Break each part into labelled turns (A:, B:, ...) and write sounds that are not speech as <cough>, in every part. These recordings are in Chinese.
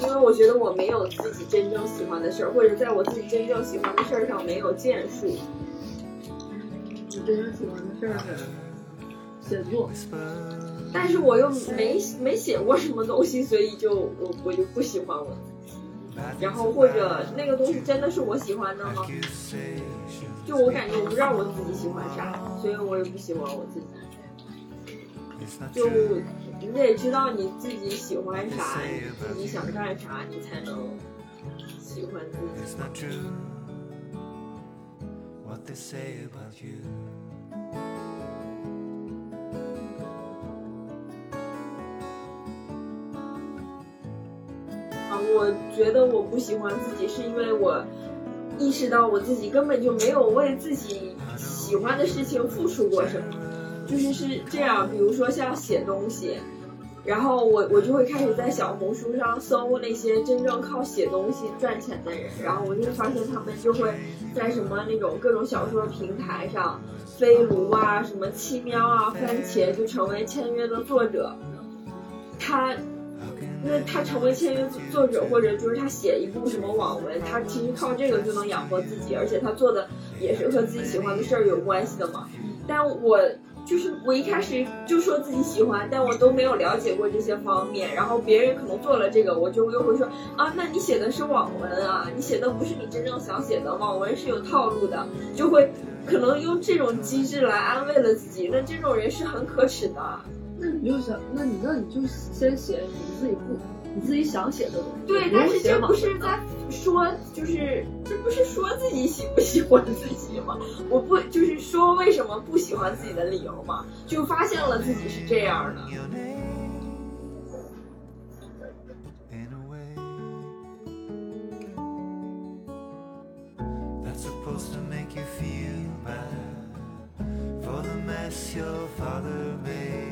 A: 因为我觉得我没有自己真正喜欢的事儿，或者在我自己真正喜欢的事儿上没有建树。
B: 你真正喜欢的事儿是写作，
A: 但是我又没没写过什么东西，所以就我我就不喜欢我自己。然后或者那个东西真的是我喜欢的吗？就我感觉我不知道我自己喜欢啥，所以我也不喜欢我自己。就你得知道你自己喜欢啥，你自己想干啥，你才能喜欢自己。
C: what they say about you.
A: 啊，我觉得我不喜欢自己，是因为我意识到我自己根本就没有为自己喜欢的事情付出过什么，就是是这样。比如说像写东西，然后我我就会开始在小红书上搜那些真正靠写东西赚钱的人，然后我就会发现他们就会在什么那种各种小说平台上，飞卢啊、什么七喵啊、番茄就成为签约的作者，他。因为他成为签约作者，或者就是他写一部什么网文，他其实靠这个就能养活自己，而且他做的也是和自己喜欢的事儿有关系的嘛。但我就是我一开始就说自己喜欢，但我都没有了解过这些方面，然后别人可能做了这个，我就又会说啊，那你写的是网文啊，你写的不是你真正想写的，网文是有套路的，就会可能用这种机制来安慰了自己，那这种人是很可耻的。
B: 那你就想，那你那你就先写你自己不你自己想写的东西。
A: 对，
B: 不用
A: 但是
B: 写
A: 这
B: 好
A: 不是在说，就是这不是说自己喜不喜欢自己吗？我不就是说为什么不喜欢自己的理由嘛？就发现了自己是这样的，
C: Your name in a way that's supposed to make you feel bad for the mess your father made.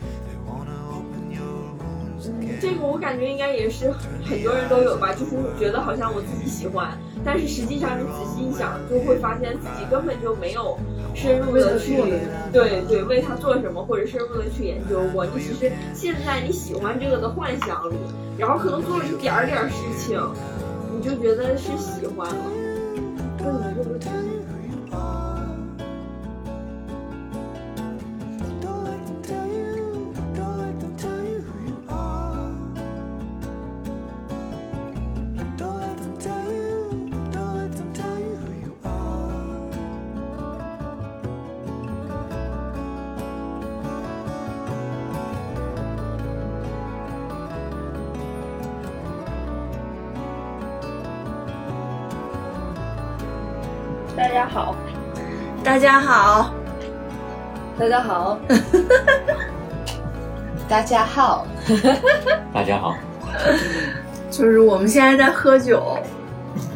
C: They wanna open your wounds
A: 这
C: again.
A: 个我感觉应该也是很多人都有吧，就是觉得好像我自己喜欢，但是实际上你仔细一想，就会发现自己根本就没有深入的去
B: 为了
A: 对对为他做什么或者深入的去研究过。你只是现在你喜欢这个的幻想里，然后可能做了一点儿点儿事情，你就觉得是喜欢了。
B: 那你这不是大家好，
D: 大家好，
B: 大家好，
D: <laughs> 大家好，
E: <laughs> 大家好，
D: 就是我们现在在喝酒，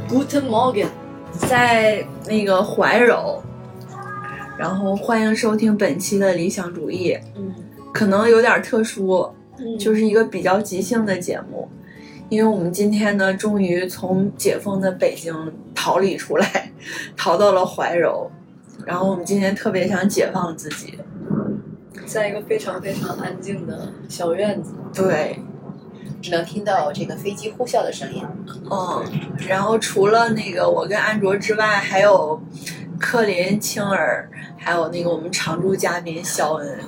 B: Guten Morgen，
D: 在那个怀柔，然后欢迎收听本期的理想主义，
B: 嗯，
D: 可能有点特殊，
B: 嗯
D: 就是一个比较即兴的节目，因为我们今天呢，终于从解封的北京逃离出来，逃到了怀柔，然后我们今天特别想解放自己，
B: 在一个非常非常安静的小院子，
D: 对，
F: 只能听到这个飞机呼啸的声音。
D: 嗯，然后除了那个我跟安卓之外，还有克林、青儿，还有那个我们常驻嘉宾肖恩，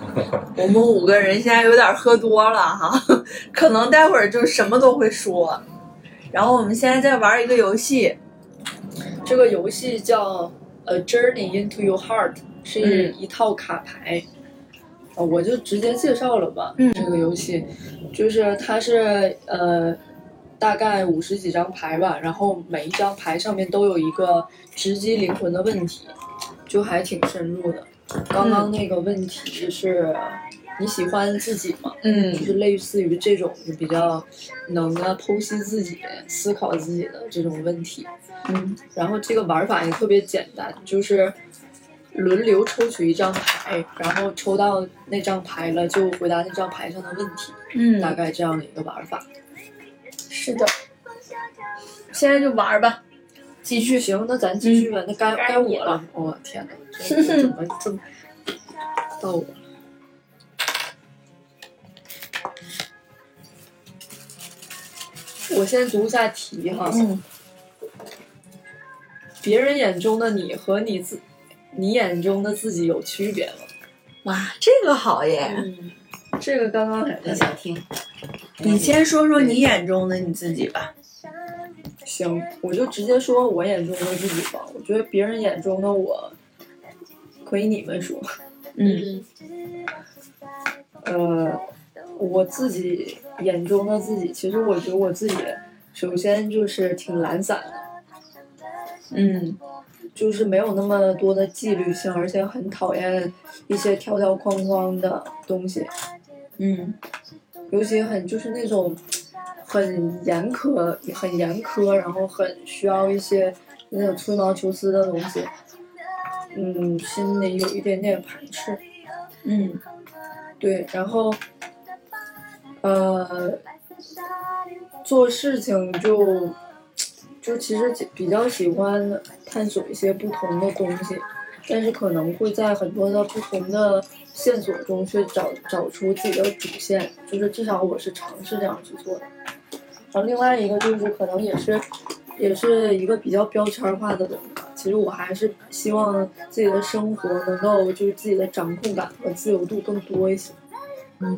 D: 我们五个人现在有点喝多了哈， <laughs> 可能待会儿就什么都会说。然后我们现在在玩一个游戏，
B: 这个游戏叫呃 Journey into Your Heart，是一,、
D: 嗯
B: 一套卡牌。呃，我就直接介绍了吧。
D: 嗯
B: 这个游戏就是它是呃大概五十几张牌吧，然后每一张牌上面都有一个直击灵魂的问题，就还挺深入的。刚
D: 嗯
B: 刚那个问题是你喜欢自己吗？
D: 嗯
B: 就是类似于这种就比较能啊剖析自己、思考自己的这种问题。
D: 嗯
B: 然后这个玩法也特别简单，就是轮流抽取一张牌，然后抽到那张牌了就回答那张牌上的问题，大
D: 嗯，
B: 概这样的一个玩法。
D: 是的，现在就玩吧，继续。
B: 行，那咱继续吧，那该
A: 该
B: 嗯该
A: 你
B: 我了。我、天哪，这 <laughs> 这怎么这么到我了？
G: 我先读一下题哈。
D: 嗯，
G: 别人眼中的你和你自你眼中的自己有区别吗？
D: 哇，这个好耶！
G: 嗯，这个刚刚还
F: 很想听。
D: 你先说说你眼中的你自己吧。
G: 行，我就直接说我眼中的自己吧。我觉得别人眼中的我，可以你们说。
D: 嗯，
G: <laughs> 呃，我自己眼中的自己，其实我觉得我自己，首先就是挺懒散的，
D: 嗯
G: 就是没有那么多的纪律性，而且很讨厌一些条条框框的东西，
D: 嗯
G: 尤其很就是那种很严苛、很严苛，然后很需要一些那种吹毛求疵的东西，嗯，心里有一点点排斥。
D: 嗯
G: 对，然后，呃，做事情就就其实比较喜欢探索一些不同的东西，但是可能会在很多的不同的线索中去找找出自己的主线，就是至少我是尝试这样去做的。然后另外一个就是可能也是也是一个比较标签化的东西吧。其实我还是希望自己的生活能够就是自己的掌控感和自由度更多一些。
D: 嗯。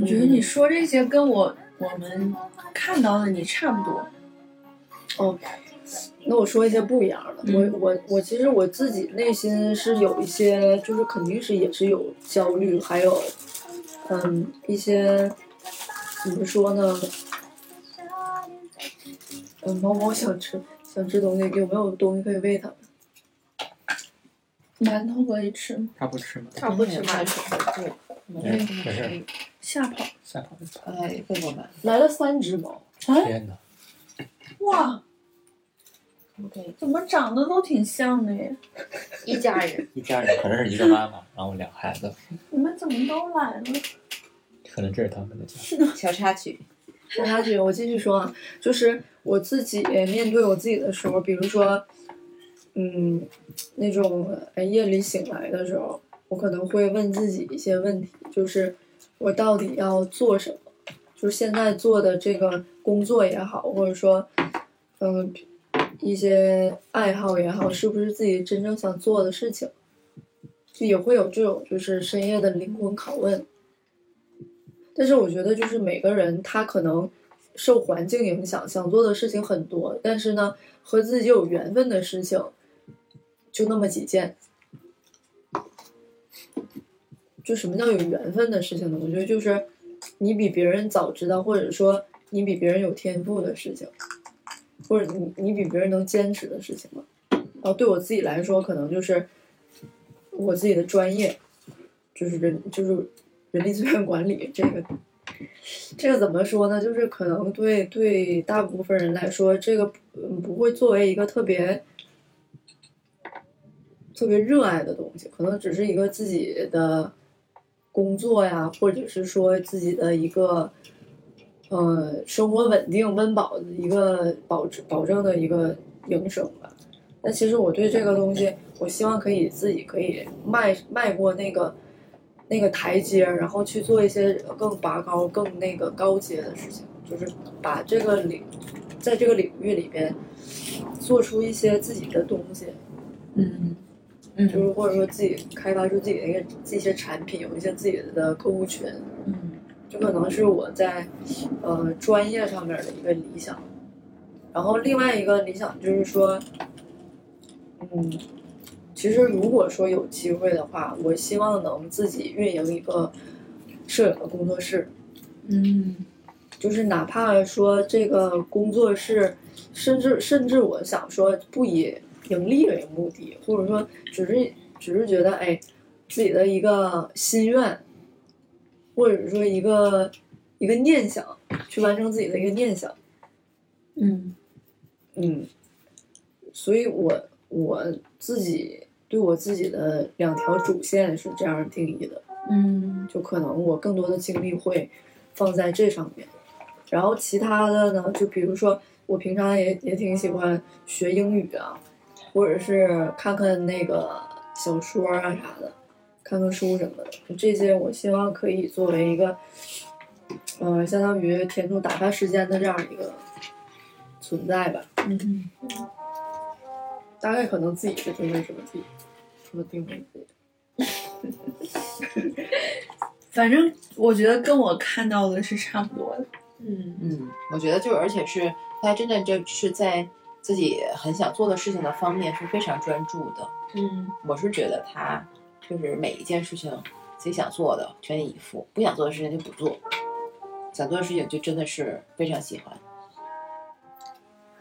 D: 我觉得你说这些跟我我们看到的你差不多。
G: 那我说一些不一样的，
D: 嗯
G: 我我我其实我自己内心是有一些，就是肯定是也是有焦虑，还有，嗯，一些怎么说呢？嗯，猫猫想吃想吃东西，有没有东西可以喂它？
D: 馒头可以吃吗？
H: 他不吃吗？
C: 他不吃馒头。
F: 对，我
H: 哎没
F: 们
H: 事儿
D: 吓跑！
H: 吓跑一跑！
F: 哎，喂过吧，
G: 来了三只猫，
H: 天哪，
D: 哇，
F: 对，
D: 怎么长得都挺像的耶？
F: 一家人，
H: 一家人可能是一个妈妈，然后两孩子，
D: 你们怎么都来了？
H: 可能这是他们的家。
F: 小插曲，
G: 说下去，我继续说啊，就是我自己呃面对我自己的时候，比如说，嗯，那种哎夜里醒来的时候，我可能会问自己一些问题，就是我到底要做什么？就是现在做的这个工作也好，或者说，嗯，一些爱好也好，是不是自己真正想做的事情？就也会有这种就是深夜的灵魂拷问。但是我觉得，就是每个人他可能受环境影响，想做的事情很多，但是呢，和自己有缘分的事情就那么几件。就什么叫有缘分的事情呢？我觉得就是你比别人早知道，或者说你比别人有天赋的事情，或者你你比别人能坚持的事情吧。然后对我自己来说，可能就是我自己的专业，就是人就是人力资源管理这个，这个怎么说呢？就是可能对对大部分人来说，这个嗯不会作为一个特别特别热爱的东西，可能只是一个自己的工作呀，或者是说自己的一个呃生活稳定温饱的一个保证保证的一个营生吧。但其实我对这个东西，我希望可以自己可以迈迈过那个那个台阶儿，然后去做一些更拔高、更那个高阶的事情，就是把这个领，在这个领域里边做出一些自己的东西，
D: 嗯
G: 就
D: 嗯
G: 是或者说自己开发出自己的一个一些产品，有一些自己的客户群，
D: 嗯
G: 这可能是我在呃专业上面的一个理想。然后另外一个理想就是说，嗯，其实如果说有机会的话，我希望能自己运营一个摄影的工作室，
D: 嗯
G: 就是哪怕说这个工作室，甚至甚至我想说不以盈利为目的，或者说只是只是觉得哎自己的一个心愿，或者说一个一个念想，去完成自己的一个念想，
D: 嗯
G: 嗯，所以我我自己对我自己的两条主线是这样定义的，
D: 嗯
G: 就可能我更多的精力会放在这上面。然后其他的呢，就比如说我平常也也挺喜欢学英语啊，或者是看看那个小说啊啥的，看看书什么的，这些我希望可以作为一个嗯、相当于填充打发时间的这样一个存在吧。
F: 嗯，
G: 大概可能自己是定位什么自己，什么定位自己。
D: 反正我觉得跟我看到的是差不多的。
G: 嗯，
F: 嗯，我觉得就是，而且是他真的就是在自己很想做的事情的方面是非常专注的。
G: 嗯，
F: 我是觉得他就是每一件事情自己想做的全力以赴，不想做的事情就不做，想做的事情就真的是非常喜欢。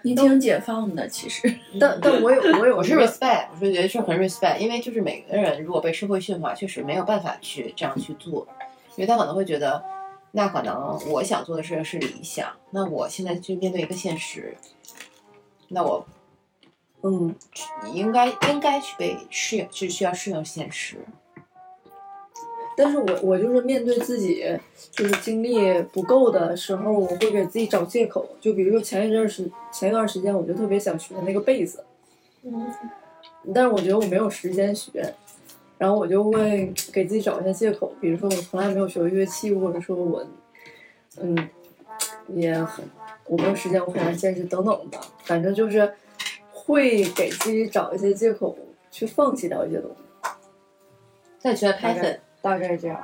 D: 你挺解放的，其实。 <laughs>
G: 但但我有我有
F: 嗯 <laughs> 我
G: 一
F: 是
G: 个
F: respect，我是觉得是很 respect，因为就是每个人如果被社会驯化，确实没有办法去这样去做，因为他可能会觉得，那可能我想做的事情是理想，那我现在去面对一个现实，那我
G: 嗯，
F: 应该应该去被适应，是需要适应现实。
G: 但是我我就是面对自己就是精力不够的时候，我会给自己找借口。就比如说前一阵儿时前一段时间，我就特别想学那个贝斯，嗯，但是我觉得我没有时间学，然后我就会给自己找一些借口，比如说我从来没有学过乐器，或者说我，嗯，也很我没有时间，我很难坚持等等吧。反正就是会给自己找一些借口去放弃掉一些东西。
F: 那你觉得
G: 大概
F: Python
G: 大概是这样。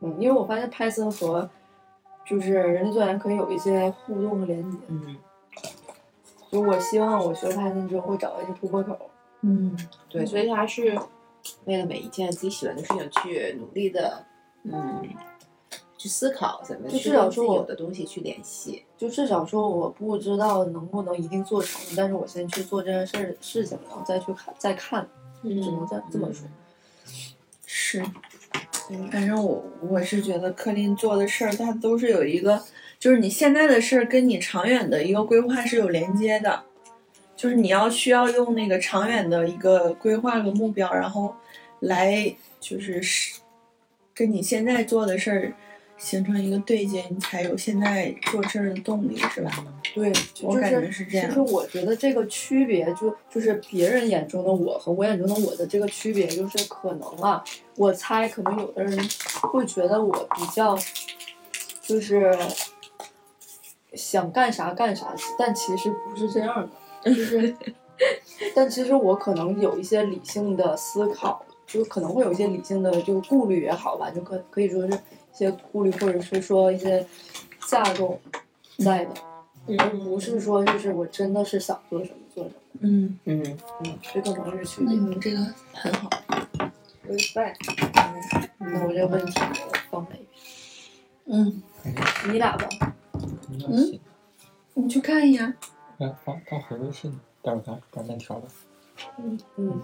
G: 嗯，因为我发现 Python 和就是人力资源可以有一些互动和连接，
F: 嗯，
G: 就我希望我学 Python 之后会找到一个突破口。
D: 嗯，
F: 对，所以他是为了每一件自己喜欢的事情去努力的，嗯，去思考怎么
G: 就
F: 去
G: 至少
F: 跟自己
G: 说我
F: 有的东西去联系。
G: 就至少说我不知道能不能一定做成，但是我先去做这件事儿事情，然后再去看再看，只能这样这么说。
D: 是。反正我我是觉得柯林做的事儿，他都是有一个，就是你现在的事儿跟你长远的一个规划是有连接的，就是你要需要用那个长远的一个规划和目标，然后来就是是跟你现在做的事儿形成一个对接，你才有现在做事儿的动力，是吧？
G: 对，
D: 我
G: 就
D: 感觉是这样
G: 其实我觉得这个区别就就是别人眼中的我和我眼中的我的这个区别，就是可能啊，我猜可能有的人会觉得我比较，就是想干啥干啥，但其实不是这样的，就是， <laughs> 但其实我可能有一些理性的思考，就可能会有一些理性的就顾虑也好吧，就可可以说是一些顾虑，或者是说一些架构在的。而不是说就是我真的是想做什么做什么，
D: 嗯
F: 嗯，
G: 这个能力区别。
D: 嗯，这个很好。
G: 那我这个问题我放在一
D: 嗯，
G: 边，你俩吧。
I: 嗯，
D: 你去看一眼。
I: 刚刚刚回微信，待会儿咱咱慢调吧。
G: 嗯，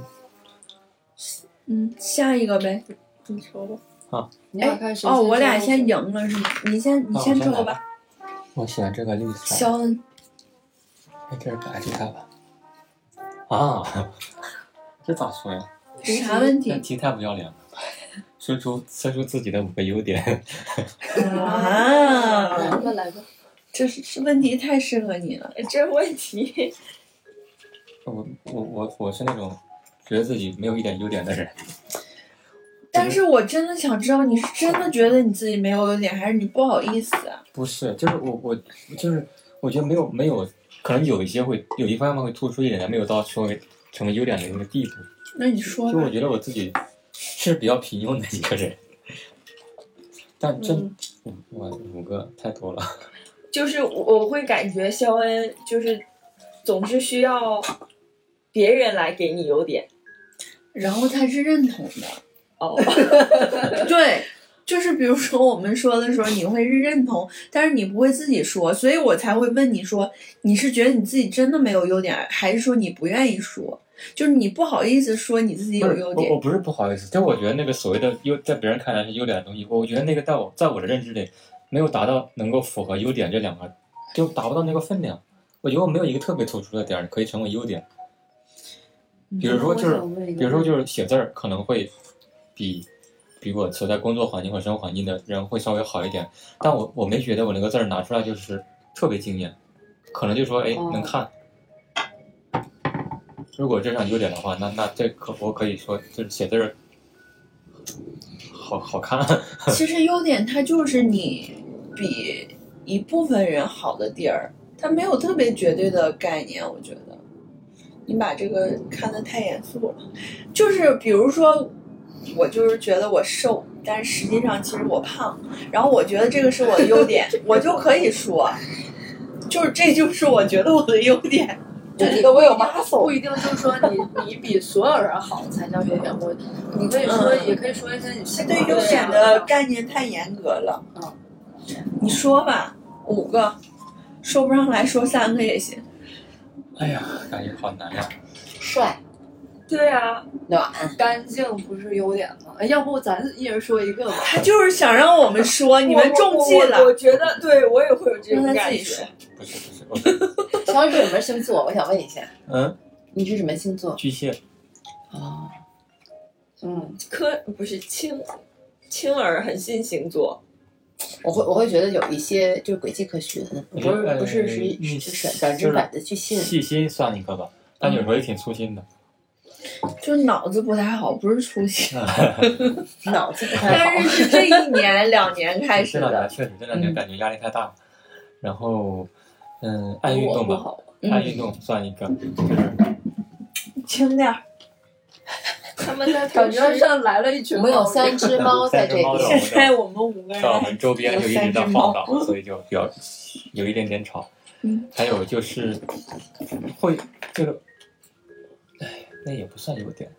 D: 嗯，下一个呗。
G: 你抽吧。
I: 好，
G: 你俩看谁？
D: 哦，我俩先。赢了是吗？你先你
I: 那我
D: 先抽
I: 来
D: 吧。。
I: 我喜欢这个绿色。
D: 肖恩，
I: 哎，这是白吉他吧？啊，这咋说呀？
D: 啥问
I: 这
D: 题？
I: 题太不要脸了。说出说出自己的五个优点， <laughs>
G: 来
D: 啊，
G: 吧来吧，
D: 这是是问题太适合你了。
J: 这问题，
I: 我我我我是那种觉得自己没有一点优点的人，
D: 但是我真的想知道，你是真的觉得你自己没有优点，还是你不好意思啊？
I: 不是，就是我我就是我觉得没有没有，可能有一些会有一方面会突出一点，但没有到成为成为优点的那个地步。
D: 那你说
I: 就
D: 吧
I: 我。觉得我自己是比较平庸的一个人，但真、嗯、哇五个太多了，
K: 就是我会感觉肖恩就是总是需要别人来给你优点
D: 然后他是认同的，
K: 哦，
D: 对。就是比如说我们说的时候，你会是认同，但是你不会自己说，所以我才会问你说，你是觉得你自己真的没有优点，还是说你不愿意说，就是你不好意思说你自己有优
I: 不是我
D: 点？
I: 我不是不好意思，就我觉得那个所谓的优，在别人看来是优点的东西，我觉得那个在我在我的认知里没有达到能够符合优点这两个，就达不到那个分量。我觉得我没有一个特别突出的点儿可以成为优点，比如说就
G: 嗯
I: 是
G: 我想问一个
I: 比如说就是写字儿可能会比比我所在工作环境和生活环境的人会稍微好一点，但我我没觉得我那个字儿拿出来就是特别惊艳，可能就说哎
G: 哦
I: 能看。如果这上优点的话，那那这可我可以说就是写字儿好好看。 <laughs>
A: 其实优点它就是你比一部分人好的地儿，它没有特别绝对的概念，我觉得。你把这个看得太严肃了，就是比如说，我就是觉得我瘦，但是实际上其实我胖，然后我觉得这个是我的优点，我就可以说，就是这就是我觉得我的优点，我觉得我有 muscle，
B: 不一定就是说你你比所有人好才叫优点，我你可以说、
A: 嗯
B: 也可以说一些
A: 这
B: 你性格
A: 对优
G: 啊
A: 点的概念太严格了。
B: 嗯，
A: 你说吧，五个，说不上来说三个也行。
I: 哎呀，感觉好难呀。
F: 帅、
D: 对啊，
F: 暖，
B: 干净不是优点吗？哎要不咱一人说一个吧。
A: 他就是想让我们说，你们中计
D: 我我我
A: 了。
D: 觉得对我也会有这种
A: 让他
D: 感
A: 自己
D: 觉
A: 说。，
I: 不是不是，我觉得
F: 小雨是什么星座？我想问一下，
I: 嗯，
F: 你是什么星座？
I: 巨蟹
F: 哦，
B: 嗯，
D: 科不是青青儿很信星座，
F: 我会我会觉得有一些就是诡计可循， <laughs> 不是不是
I: 呃
F: 是是百分之百的去信。
I: 细心算一个吧，但有时候也挺粗心的。
A: 就是脑子不太好，不是粗心。
F: 嗯脑子不太
A: 但是
F: 好。
A: 是这一年两年开始
I: 这两年
A: 的，
I: 确实，这两
F: 嗯
I: 年感觉压力太大了。然后，嗯，爱运
B: 我
I: 动
B: 不
I: 吧，
B: 好，
I: 爱
A: 嗯，
I: 运动算一个，
A: <laughs> 轻点儿。
D: 他们在
B: 感觉
D: 上
B: 像来了一群
F: 我们有三
B: 只。
F: 只猫在这
I: 三只猫
F: 里
I: 的，
A: 现在我们五个
I: 在我
A: 人，
I: 们周边就一直在晃荡，所以就比较有一点点吵。
A: 嗯
I: 还有就是会这个，哎，那也不算优点。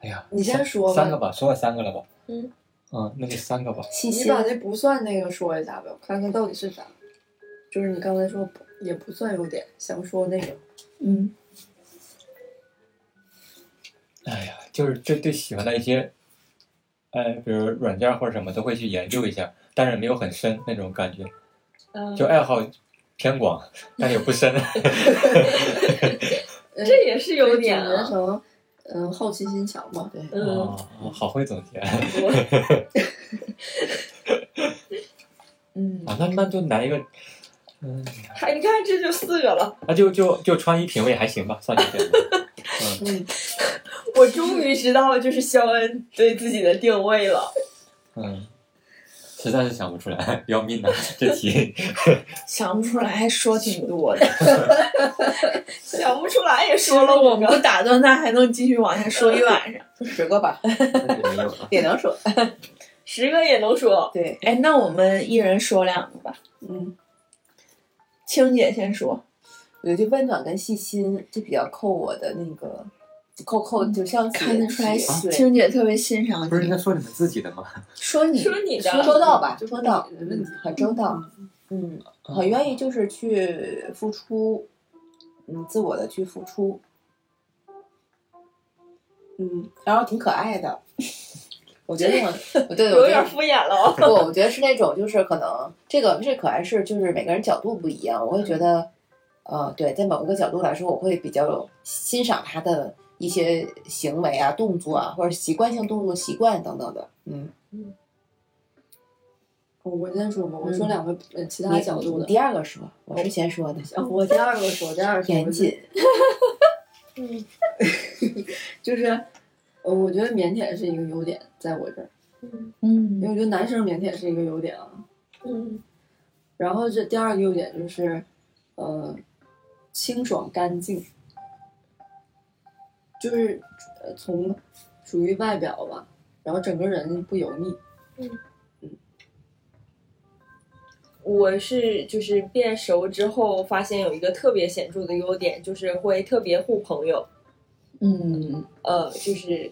I: 哎呀，
B: 你先
I: 三
B: 说吧
I: 三个吧，说了三个了吧？
D: 嗯
I: 嗯，那就三个吧。
F: 细
B: 你
F: 心。
B: 把那不算那个说一下呗，我看看到底是啥。就是你刚才说不也不算优点，想说那个
A: 嗯，
I: 哎呀，就是这对喜欢的一些，呃，比如软件或者什么都会去研究一下，但是没有很深那种感觉，就爱好偏广，但也不深。
D: 这也是优点
B: 总结
D: 啊。
B: 成
G: 呃
B: 嗯好奇心强嘛。
F: 对，
D: 嗯，
I: 哦，好会总结啊！
D: 我
C: 嗯
I: <laughs> 啊那那就来一个，嗯，
D: 哎还你看这就四个了，
I: 那就就就穿衣品味还行吧，算优点吧。嗯，
D: 我终于知道就是肖恩对自己的定位了。
I: 嗯，实在是想不出来，要命啊！这题，
A: 想不出来，说挺多的。
D: <laughs> 想不出来也说了我
A: 我
D: 们，
A: 不打断他，还能继续往下说一晚上。
F: 十个吧，
I: 那就没有了。
F: 也能说。
D: <laughs> 十个也能说。
F: 对，
A: 哎，那我们一人说两个吧。
F: 嗯，
A: 青姐先说，
F: 我觉得温暖跟细心就比较扣我的那个，扣扣就像
A: 嗯看得出来，
F: 对，
A: 青姐特别欣赏
I: 不是应
A: 你
I: 该。说你们自己的吗？
A: 说你
D: 说你的
F: 周到吧，
B: 就
F: 周到，
B: 你的问题
F: 嗯很周到，嗯，很愿意就是去付出，嗯，自我的去付出，嗯，然后挺可爱的，我觉得那种，我对，我
D: 有
F: 觉得
D: 点敷衍了哦，
F: 不，我觉得是那种，就是可能这个这可爱是就是每个人角度不一样，我会觉得，呃，对，在某一个角度来说，我会比较欣赏他的一些行为啊、动作啊，或者习惯性动作、习惯等等的。嗯，
B: 哦我我先说吧，我说
F: 嗯
B: 两个呃其他
F: 你
B: 角
F: 你
B: 度
F: 你
B: 的。
F: 第二个说，我是先说的，
B: 啊，我第二个说，第二
F: <laughs>
B: 个说
F: 严谨，
B: 嗯 <laughs> 就是，呃，我觉得腼腆是一个优点，在我这儿，因
A: 嗯，
B: 为我觉得男生腼腆是一个优点啊。
D: 嗯，
B: 然后这第二个优点就是，呃，清爽干净，就是呃从属于外表吧，然后整个人不油腻。
D: 我是就是变熟之后发现有一个特别显著的优点，就是会特别护朋友，
A: 嗯，
D: 呃，就是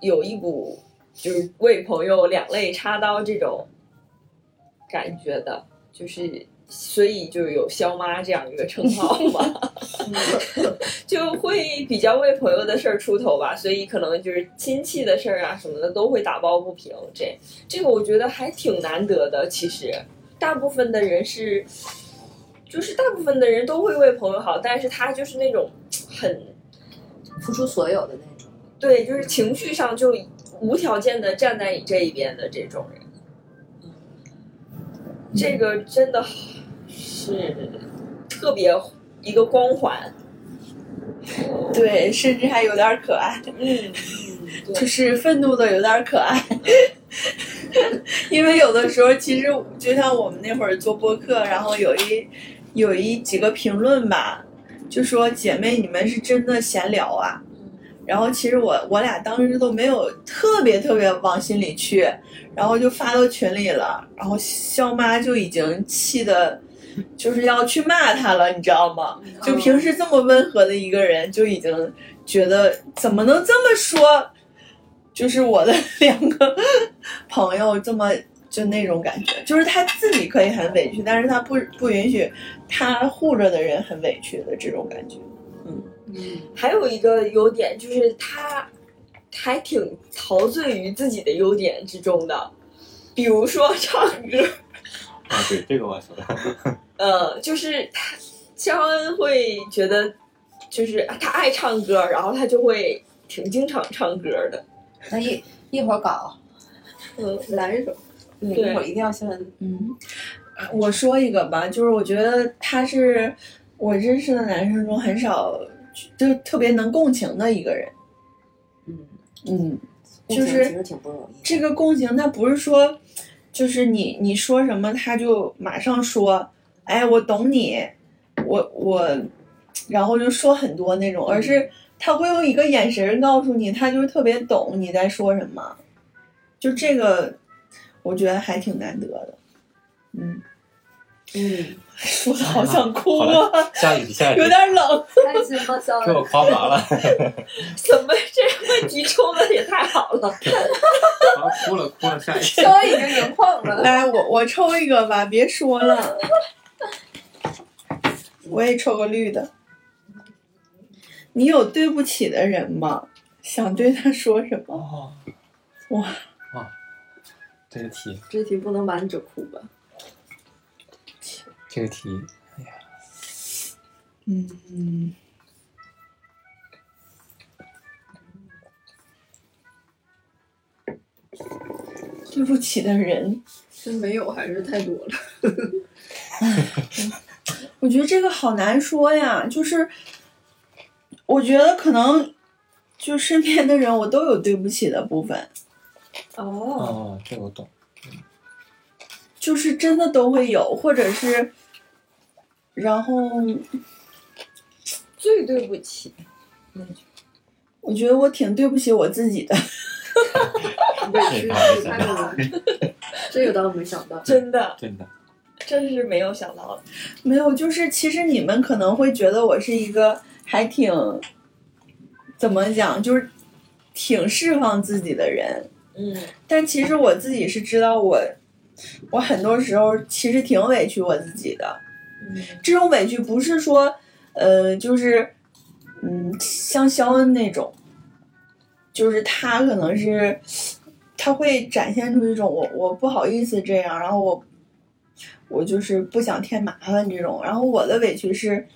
D: 有一股就是为朋友两肋插刀这种感觉的，就是所以就有肖妈这样一个称号嘛，就会比较为朋友的事儿出头吧，所以可能就是亲戚的事儿啊什么的都会打抱不平，这这个我觉得还挺难得的，其实大部分的人是。就是大部分的人都会为朋友好，但是他就是那种很
F: 付出所有的那种。
D: 对，就是情绪上就无条件的站在你这一边的这种人，这个真的是特别一个光环。嗯
A: 对，甚至还有点可爱。
D: 就是愤怒的有点可爱，因为有的时候其实就像我们那会儿做播客，然后有一有一几个评论吧，就说姐妹你们是真的闲聊啊。然后其实我我俩当时都没有特别特别往心里去，然后就发到群里了，然后肖妈就已经气的，就是要去骂他了，你知道吗？就平时这么温和的一个人，就已经觉得怎么能这么说？就是我的 <laughs> 两个朋友这么就那种感觉，就是他自己可以很委屈，但是他不不允许他护着的人很委屈的这种感觉。嗯
C: 还有一个优点就是他还挺陶醉于自己的优点之中的，比如说唱歌，
H: 啊，对，这个我说
C: <laughs>
H: 的，
C: 呃，就是他肖恩会觉得，就是他爱唱歌，然后他就会挺经常唱歌的。
F: 那一一会儿搞，
C: 嗯，
F: 呃来一首，嗯，一
C: 对
F: 会儿一定要先
D: 嗯，我说一个吧，就是我觉得他是我认识的男生中很少，就特别能共情的一个人。
F: 嗯
D: 嗯，
F: 共
D: 就
F: 情
D: 是
F: 其实挺不容易的。
D: 这个共情，他不是说，就是你你说什么他就马上说，哎，我懂你，我我，然后就说很多那种，而
F: 嗯
D: 是他会用一个眼神告诉你，他就是特别懂你在说什么，就这个，我觉得还挺难得的。嗯，
F: 嗯，
D: 说的好想哭
H: 哎好
D: 啊，
H: 了，下一题，下一题
D: 有，点冷。
F: 开心吗？肖
H: 给
F: 恩，
H: 我夸麻了，
C: <laughs> 怎么这个问题抽的也太好
I: <laughs>
C: 了？
H: 好哭了哭了，下一题
F: 肖恩已经眼眶了。
D: 来，我我抽一个吧，别说了。 <laughs> 我也抽个绿的。你有对不起的人吗？想对他说什么？
H: 哦，
D: 哇
H: 哇，这个题，
G: 这题不能瞒着哭吧？
H: 这个题，
D: 嗯，对不起的人，
G: 这没有还是太多了。
D: <laughs> 我觉得这个好难说呀。就是，我觉得可能就身边的人，我都有对不起的部分。
C: 哦，
H: 哦，这个我懂，
D: 就是真的都会有，或者是，然后
C: 最对不起，
D: 我觉得我挺对不起我自己的，
H: 这个太想到，
G: 啊 <laughs> 这个倒是没想到，
C: 真的，
H: 真的，
C: 真是没有想到的。
D: 没有，就是其实你们可能会觉得我是一个还挺，怎么讲，就是挺释放自己的人，
C: 嗯，
D: 但其实我自己是知道我，我很多时候其实挺委屈我自己的，这种委屈不是说，呃，就是，嗯，像肖恩那种，就是他可能是，他会展现出一种我我不好意思这样，然后我，我就是不想添麻烦这种。然后我的委屈是，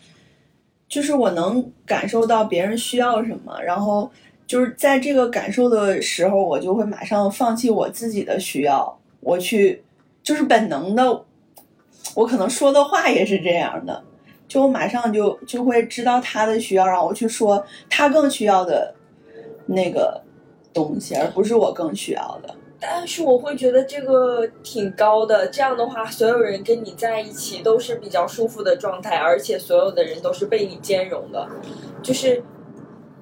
D: 就是我能感受到别人需要什么，然后就是在这个感受的时候，我就会马上放弃我自己的需要，我去，就是本能的我可能说的话也是这样的，就我马上就就会知道他的需要，然后我去说他更需要的那个东西，而不是我更需要的。
C: 但是我会觉得这个挺高的，这样的话，所有人跟你在一起都是比较舒服的状态，而且所有的人都是被你兼容的。就是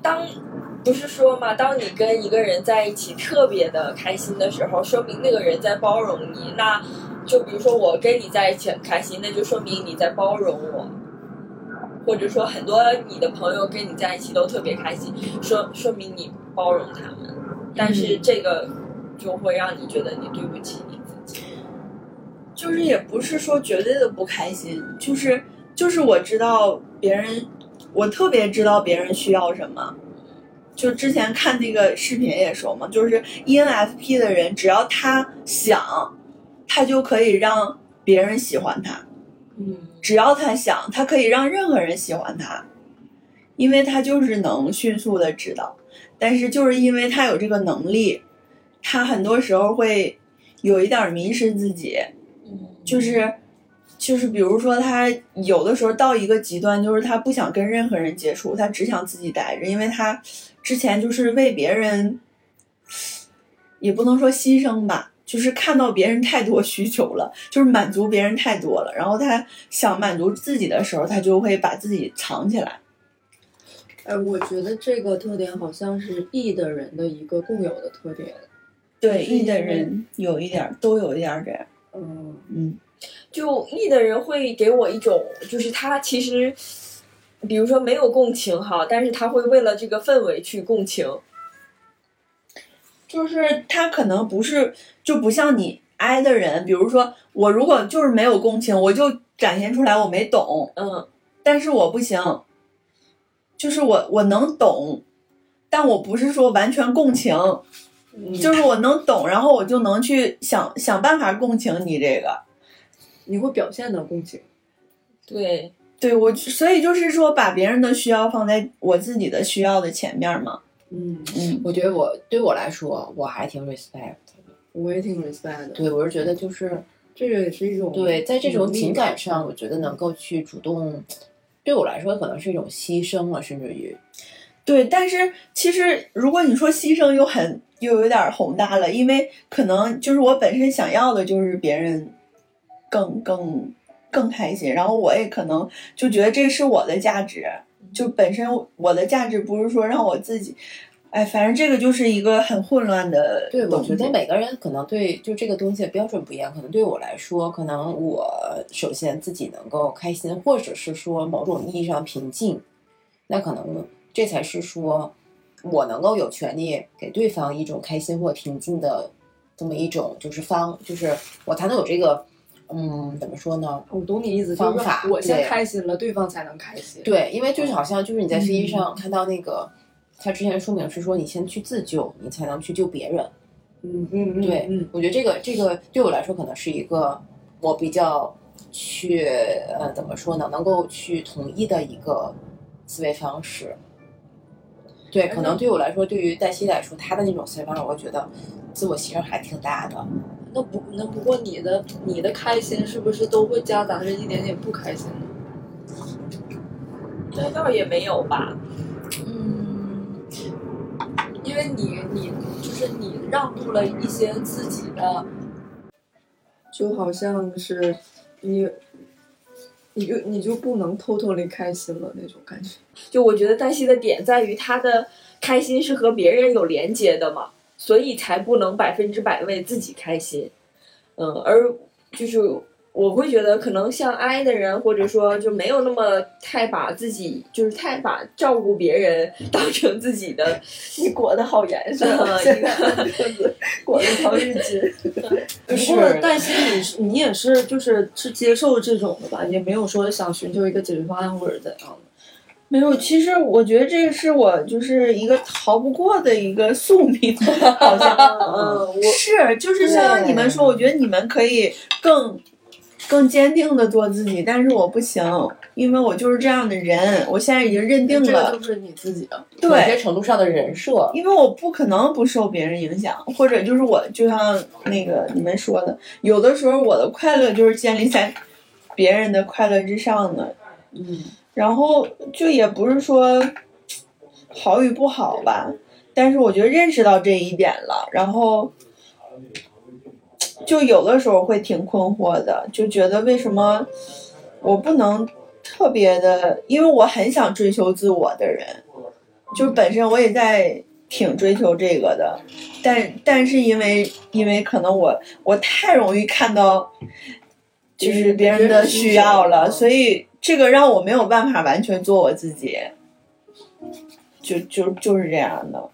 C: 当不是说嘛，当你跟一个人在一起特别的开心的时候，说明那个人在包容你。那就比如说我跟你在一起很开心，那就说明你在包容我。或者说，很多你的朋友跟你在一起都特别开心，说说明你包容他们。但是这个就会让你觉得你对不起你自己。
D: 就是也不是说绝对的不开心，就是就是我知道别人，我特别知道别人需要什么。就之前看那个视频也说嘛，就是 E ENFP 的人，只要他想，他就可以让别人喜欢他。
C: 嗯，
D: 只要他想，他可以让任何人喜欢他，因为他就是能迅速的知道。但是就是因为他有这个能力，他很多时候会有一点迷失自己，就是就是比如说他有的时候到一个极端，就是他不想跟任何人接触，他只想自己待着，因为他之前就是为别人也不能说牺牲吧，就是看到别人太多需求了，就是满足别人太多了，然后他想满足自己的时候，他就会把自己藏起来。
G: 哎，我觉得这个特点好像是 E 的人的一个共有的特点。
D: 对
G: 是
D: ，E 的
G: 因为
D: 人有一点儿，都有一点儿这样。
G: 嗯，
D: 嗯，
C: 就 E 的人会给我一种，就是他其实，比如说没有共情哈，但是他会为了这个氛围去共情。
D: 就是他可能不是，就不像你 I 的人，比如说我如果就是没有共情，我就展现出来我没懂，
C: 嗯，
D: 但是我不行，就是我我能懂，但我不是说完全共情，
G: 嗯
D: 就是我能懂，然后我就能去想想办法共情你这个。
G: 你会表现的共情。
C: 对，
D: 对我，所以就是说把别人的需要放在我自己的需要的前面嘛。
G: 嗯，
D: 嗯，
F: 我觉得我对我来说，我还挺 respect 的。
G: 我也挺 respect 的。
F: 对，我是觉得就是
G: 这个也是一种
F: 对，在这种情
G: 感。
F: 感上，我觉得能够去主动，对我来说可能是一种牺牲了，甚至于
D: 对。但是其实如果你说牺牲又很又有点宏大了，因为可能就是我本身想要的就是别人更更更开心，然后我也可能就觉得这是我的价值，
F: 嗯
D: 就本身我的价值不是说让我自己，哎，反正这个就是一个很混乱的
F: 对，我
D: 东
F: 觉
D: 西。
F: 得每个人可能对就这个东西的标准不一样，可能对我来说，可能我首先自己能够开心，或者是说某种意义上平静，那可能这才是说我能够有权利给对方一种开心或平静的这么一种就是方，就是我才能有这个嗯怎么说呢？
G: 哦我懂你意思，就是
F: 方
G: 说
F: 法
G: 我先
F: 对
G: 开心了，对方才能开心。嗯
F: 对，因为就是好像就是你在飞机上看到那个，他之前说明是说你先去自救，你才能去救别人。
G: 嗯嗯嗯，
F: 对，
G: 嗯，
F: 我觉得这个这个对我来说可能是一个我比较去呃怎么说呢，能够去统一的一个思维方式。对，可能对我来说，对于黛西来说，她的那种思维方式，我觉得自我牺牲还挺大的。
G: 那不那不过你的你的开心是不是都会夹杂着一点点不开心呢？
C: 这倒也没有吧。
G: 嗯，因为你你就是你让步了一些自己的，就好像是你，你就你就不能偷偷的开心了那种感觉。
C: 就我觉得黛西的点在于她的开心是和别人有连接的嘛，所以才不能百分之百为自己开心。嗯，而就是我会觉得，可能像 I 的人，或者说就没有那么太把自己，就是太把照顾别人当成自己的
D: 你裹得好严实啊，
C: <laughs> 嗯
D: 这个裹得好日子。
F: <laughs>
G: 不过，但是你是你也是就是是接受这种的吧，也没有说想寻求一个解决方案或者怎样的。
D: 没有，其实我觉得这是我就是一个逃不过的一个宿命，好
G: <laughs>
D: 像。
C: 嗯，我
D: 是，就是像你们说，我觉得你们可以更更坚定的做自己，但是我不行，因为我就是这样的人，我现在已经认定
G: 这个
D: 了，
G: 就是你自己的。
F: 某些
D: 对，
F: 程度上的人设，
D: 因为我不可能不受别人影响，或者就是我就像那个你们说的，有的时候我的快乐就是建立在别人的快乐之上的，
G: 嗯，
D: 然后就也不是说好与不好吧，但是我觉得认识到这一点了，然后就有的时候会挺困惑的，就觉得为什么我不能特别的，因为我很想追求自我的人，就本身我也在挺追求这个的，但但是因为因为可能我我太容易看到就是别人的需要了，所以这个让我没有办法完全做我自己，就就就是这样的，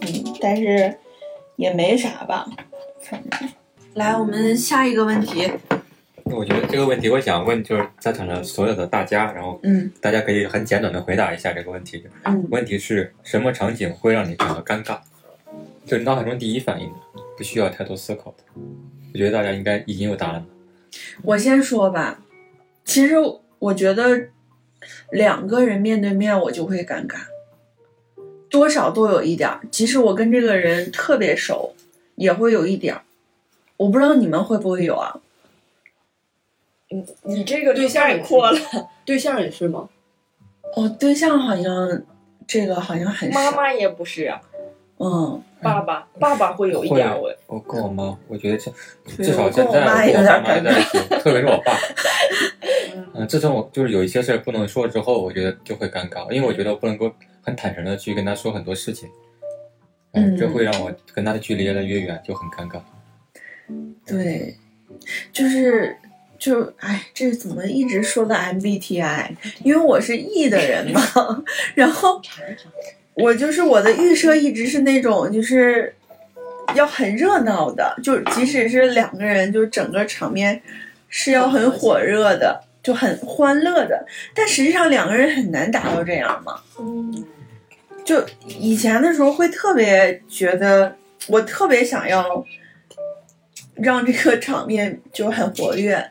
D: 嗯，但是也没啥吧，反正来，我们下一个问题，
I: 那我觉得这个问题，我想问就是在场的所有的大家，然后
D: 嗯
I: 大家可以很简短的回答一下这个问题。
D: 嗯，
I: 问题是什么场景会让你感到尴尬？就你脑海中第一反应的，不需要太多思考的。我觉得大家应该已经有答案了。
D: 我先说吧，其实我觉得两个人面对面我就会尴尬，多少都有一点儿。即使我跟这个人特别熟，也会有一点儿。我不知道你们会不会有啊？
C: 你这个
G: 对象也
C: 扩了，
G: 对象也是吗？
D: 哦我对象好像这个好像很少，
C: 妈妈也不是啊，
D: 嗯，
C: 爸爸爸爸会有一点儿我
I: 我跟我妈，我觉得这
D: 对
I: 至少
D: 我
I: 现
D: 跟我
I: 在
D: 妈
I: 我
D: 有
I: 跟我爸
D: 点
I: 妈
D: 尴
I: 在一起，特别
D: <laughs>
I: 是我爸
C: 嗯。
I: 嗯，自从我就是有一些事儿不能说之后，我觉得就会尴尬，因为我觉得我不能够很坦诚的去跟他说很多事情，嗯，这
D: 嗯
I: 会让我跟他的距离越来越远，就很尴尬。
D: 对，就是就哎，这怎么一直说到 MBTI？因为我是 E 的人嘛， <laughs> 然后我就是我的预设一直是那种就是要很热闹的，就即使是两个人，就整个场面是要很火热的，就很欢乐的。但实际上两个人很难达到这样嘛。就以前的时候会特别觉得，我特别想要让这个场面就很活跃，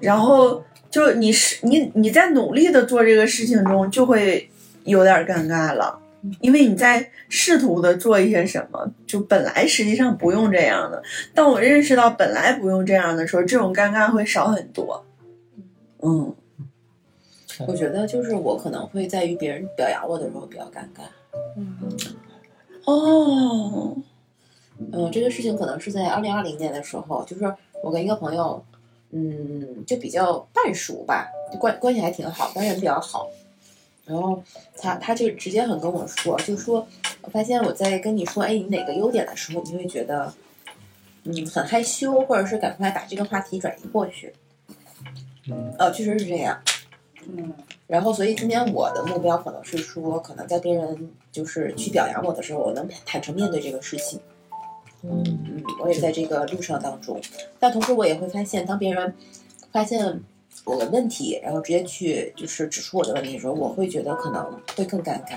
D: 然后就你是你你在努力的做这个事情中，就会有点尴尬了。因为你在试图的做一些什么，就本来实际上不用这样的。当我认识到本来不用这样的时候，这种尴尬会少很多。嗯，
F: 我觉得就是我可能会在于别人表扬我的时候比较尴尬。
D: 嗯哦，
F: 嗯，这个事情可能是在二零二零年的时候，就是我跟一个朋友，嗯，就比较半熟吧，就关关系还挺好，关系人比较好。然后他他就直接很跟我说，就说我发现我在跟你说，哎，你哪个优点的时候，你会觉得，嗯，很害羞，或者是赶快把这个话题转移过去。
I: 嗯，
F: 呃，确实是这样。
G: 嗯，
F: 然后，所以今天我的目标可能是说，可能在别人就是去表扬我的时候，我能坦诚面对这个事情。嗯，我也在这个路上当中，但同时我也会发现，当别人发现我的问题，然后直接去就是指出我的问题的时候，我会觉得可能会更尴尬。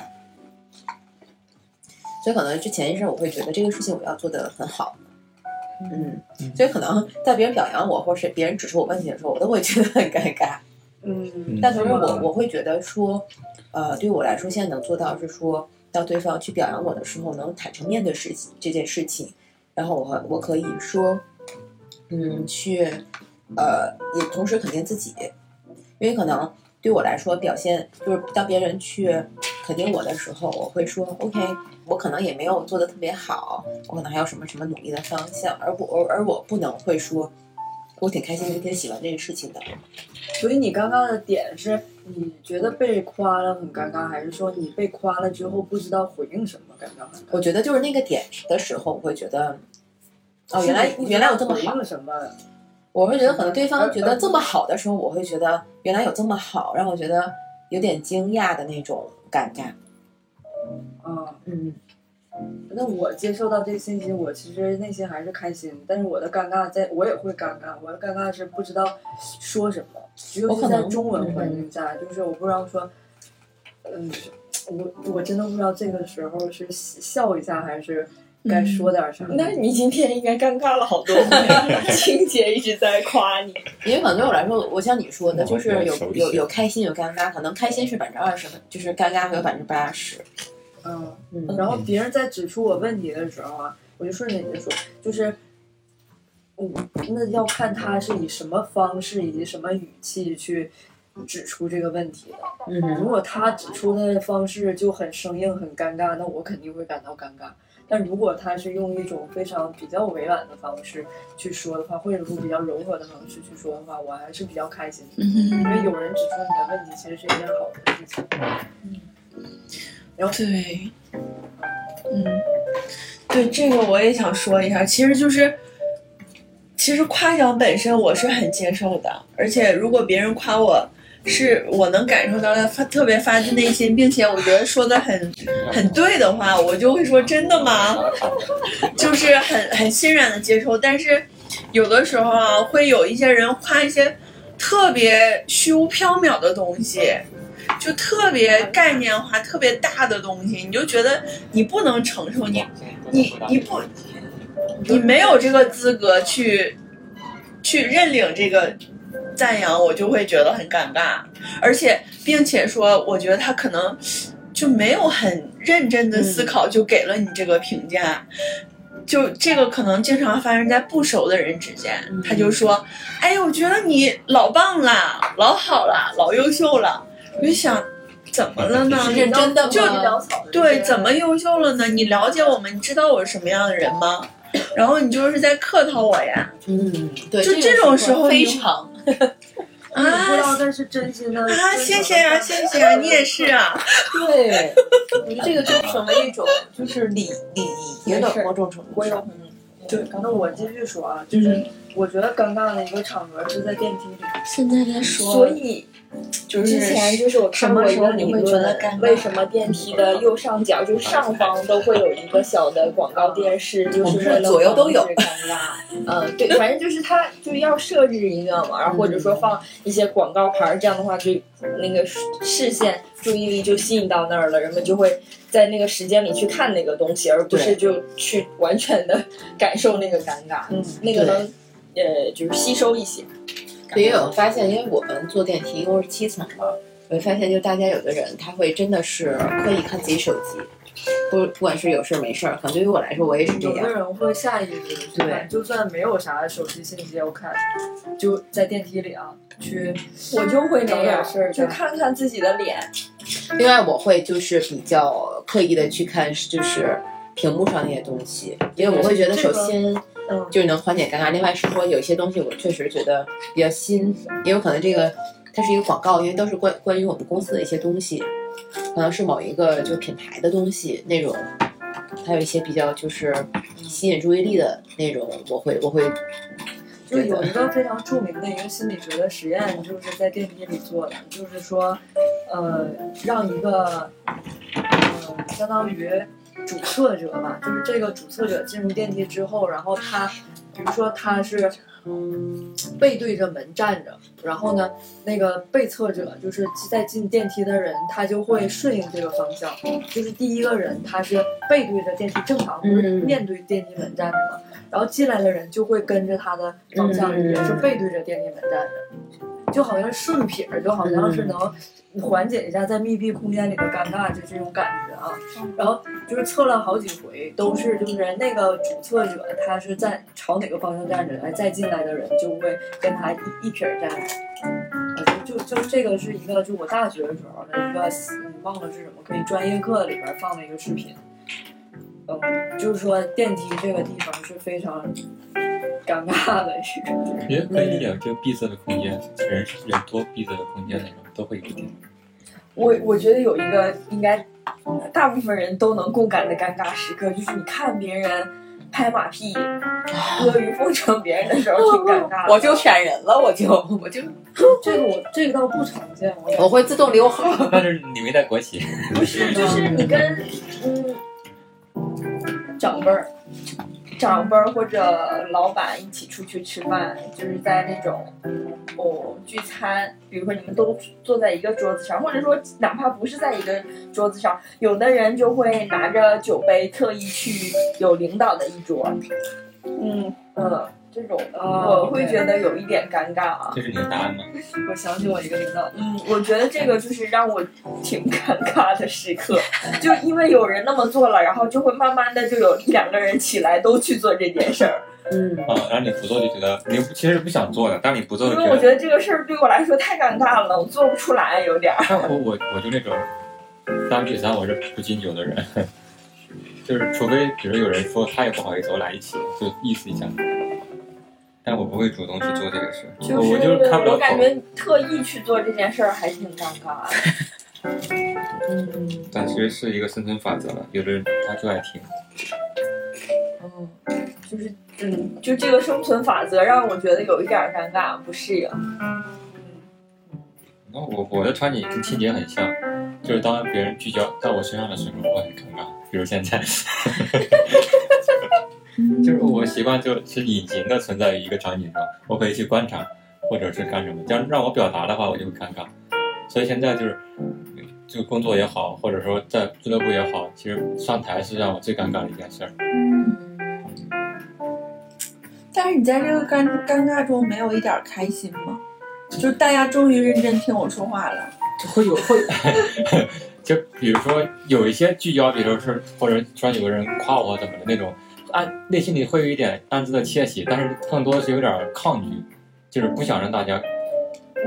F: 所以可能之前一阵我会觉得这个事情我要做得很好，嗯，所以可能在别人表扬我，或是别人指出我问题的时候，我都会觉得很尴尬。
C: 嗯
I: 嗯
F: 但同时我我会觉得说，呃，对我来说现在能做到是说，当对方去表扬我的时候，能坦诚面对事情这件事情，然后我和我可以说，嗯，去，呃，也同时肯定自己，因为可能对我来说表现就是当别人去肯定我的时候，我会说 OK，我可能也没有做的特别好，我可能还有什么什么努力的方向，而我而我不能会说，我挺开心，我挺喜欢这个事情的，
G: 所以你刚刚的点是，你觉得被夸了很尴尬，还是说你被夸了之后不知道回应什么，感觉很尴尬？
F: 我觉得就是那个点的时候，我会觉得，哦，原
G: 是
F: 来
G: 你不嗯知
F: 原来
G: 道
F: 有这么
G: 回
F: 好
G: 应，什么？
F: 我会觉得可能对方觉得这么好的时候，我会觉得原来有这么好，让我觉得有点惊讶的那种尴尬。
G: 嗯，
F: 嗯，
G: 那我接受到这个信息，我其实内心还是开心，但是我的尴尬在，我也会尴尬，我的尴尬是不知道说什么，尤
F: 我可
G: 其是在
F: 能
G: 中文环境下，就是我不知道说，嗯，我我真的不知道这个时候是笑一下还是该说点啥。
A: 那你今天应该尴尬了
F: <laughs>
A: 好多回，青姐一直在夸你，
F: 因为可能对我来说，我像你说的，
I: 我
F: 就是
I: 比较
F: 有
I: 熟悉
F: 有有开心有尴尬，可能开心是百分之二十，就是尴尬会有百分之八十。
G: 嗯，
F: 嗯，
G: 然后别人在指出我问题的时候啊，我就顺着你的说，就是，我那要看他是以什么方式以及什么语气去指出这个问题的。如
F: 嗯，
G: 果他指出的方式就很生硬、很尴尬，那我肯定会感到尴尬。但如果他是用一种非常比较委婉的方式去说的话，或者说比较柔和的方式去说的话，我还是比较开心的，
F: 嗯
G: 因为有人指出你的问题，其实是一件好的事情。
D: 对，嗯，对这个我也想说一下，其实就是，其实夸奖本身我是很接受的，而且如果别人夸我。是我能感受到他发特别发自内心，并且我觉得说的很很对的话，我就会说真的吗？ <laughs> 就是很很欣然的接受。但是有的时候啊，会有一些人夸一些特别虚无缥缈的东西，就特别概念化、特别大的东西，你就觉得你不能承受，你你你不，你没有这个资格去去认领这个赞扬，我就会觉得很尴尬，而且并且说，我觉得他可能就没有很认真的
F: 嗯
D: 思考，就给了你这个评价。就这个可能经常发生在不熟的人之间，
F: 嗯
D: 他就说：“哎，我觉得你老棒啦，老好啦，老优秀了。”我就想，怎么了呢？
F: 是认真的
A: 这比
F: 吗？
A: 较草率。
D: 对，怎么优秀了呢？你了解我们，你知道我是什么样的人吗？然后你就是在客套我呀
F: 嗯，对，
D: 就这
F: 这
D: 种时候
F: 非
D: 你
A: <laughs>
F: 常
B: 我也不知
D: <laughs> 啊
B: 道那是真心的
D: 啊！谢谢呀、谢
A: <laughs>
D: 谢呀、你也是啊，
F: <laughs> 对，我觉得这个就成为一种就是礼礼仪
B: 没
F: 的
B: 事
F: 某种程度
B: 我
F: 上
B: 有。对，那我继续说啊，就是我觉得尴尬的一个场合是在电梯里，
D: 现在在
B: 所以
D: 就是
B: 之前就是我看过一个理
D: 什么时候你会觉得尴
B: 论，
D: 尬
B: 为什么电梯的右上角就是上方都会有一个小的广告电视，就是为了
F: 左右都有
B: 防止尴尬。嗯，对，反正就是它就要设置一个 <laughs> 嘛，然后或者说放一些广告牌儿，这样的话就那个视线注意力就吸引到那儿了，人们就会在那个时间里去看那个东西，而不是就去完全的感受那个尴尬。
F: 嗯
B: 那个能呃就是吸收一些。
F: 也有发现，因为我们坐电梯一共是七层嘛，我会发现就大家有的人他会真的是刻意看自己手机，不不管是有事儿没事儿，可能对于我来说我也是这
G: 有的
F: 样。
G: 人会下意识的去看，就算没有啥手机信息要看，就在电梯里啊，去
B: 我就会那
G: 找点
B: 样
G: 事，儿
B: 就
G: 干
B: 看看自己的脸，
F: 另外我会就是比较刻意的去看就是屏幕上那些东西，因为我会觉得首先
B: 嗯
F: 就是能缓解尴尬，另外是说有一些东西我确实觉得比较新，也有可能这个它是一个广告，因为都是关关于我们公司的一些东西，可能是某一个就是品牌的东西那种，还有一些比较就是吸引注意力的那种，我会我会
G: 就是有一个非常著名的一个心理学的实验，就是在电梯里做的，就是说，呃，让一个，呃，相当于主策者吧，就是这个主策者进入电梯之后，然后他，比如说他是，嗯，背对着门站着，然后呢，那个被策者就是在进电梯的人，他就会顺应这个方向，就是第一个人他是背对着电梯正常，不是
F: 嗯
G: 面对电梯门站着嘛。然后进来的人就会跟着他的方向，
F: 嗯
G: 也是背对着电梯门站着，就好像顺撇儿，就好像是能缓解一下在密闭空间里的尴尬，就这种感觉啊。
F: 嗯
G: 然后就是测了好几回，都是就是那个主测者他是在朝哪个方向站着，哎，再进来的人就会跟他一一撇儿站着。呃就就就这个是一个，就我大学的时候的一个，嗯忘了是什么，可以专业课里边儿放的一个视频。嗯，就是说电梯这个地方是非常尴尬的一个地方。
I: <laughs> 也可以理解，就闭塞的空间，人是人多闭塞的空间那种都会有一点。
A: 我我觉得有一个应该大部分人都能共感的尴尬时刻，就是你看别人拍马屁、
D: 啊
A: 阿谀奉承别人的时候，挺尴尬的。
F: 我就闪人了，我就我就
G: 这个我这个倒不常见，我
F: 我会自动溜号。
I: 但是你没带国旗，
A: 不是，就是你跟嗯长辈儿、长辈儿或者老板一起出去吃饭，就是在那种哦聚餐，比如说你们都坐在一个桌子上，或者说哪怕不是在一个桌子上，有的人就会拿着酒杯特意去有领导的一桌，嗯呃这种
G: 哦
A: 我会觉得有一点尴尬啊。
I: 这是你的答案吗？
G: 我想起我一个领导，
A: 嗯，我觉得这个就是让我挺尴尬的时刻，就因为有人那么做了，然后就会慢慢的就有两个人起来都去做这件事儿，
F: 嗯，
I: 啊，然后你不做就觉得你其实不想做的，但是你不做
A: 因
I: 就
A: 为
I: 觉
A: 我
I: 得
A: 觉得这个事儿对我来说太尴尬了，我做不出来，有点儿。
I: <laughs> 但我我我就那种，当然，三我是不敬酒的人， <laughs> 就是除非比如有人说他也不好意思，我俩一起就意思一下。但我不会主动去做这个事，
A: 就是
I: 我我就是开不
A: 我
I: 了口。
A: 感觉特意去做这件事儿还挺尴尬的。
I: 但其实是一个生存法则了，有的人他就爱听。
A: 嗯，就是嗯，就这个生存法则让我觉得有一点儿尴尬，不适应。
I: 然后我我的场景跟清洁很像，就是当别人聚焦到我身上的时候，我很尴尬。比如现在， <laughs> 就是我习惯就是隐形的存在于一个场景中，我可以去观察，或者是干什么。这样让我表达的话，我就会尴尬。所以现在就是，就工作也好，或者说在俱乐部也好，其实上台是让我最尴尬的一件事儿。
D: 嗯但是你在这个尴尴尬中没有一点儿开心吗？就是大家终于认真听我说话了，
I: 会有会， <laughs> 就比如说有一些聚焦，比如说或者突然有个人夸我怎么的那种，暗内心里会有一点暗自的窃喜，但是更多的是有点抗拒，就是不想让大家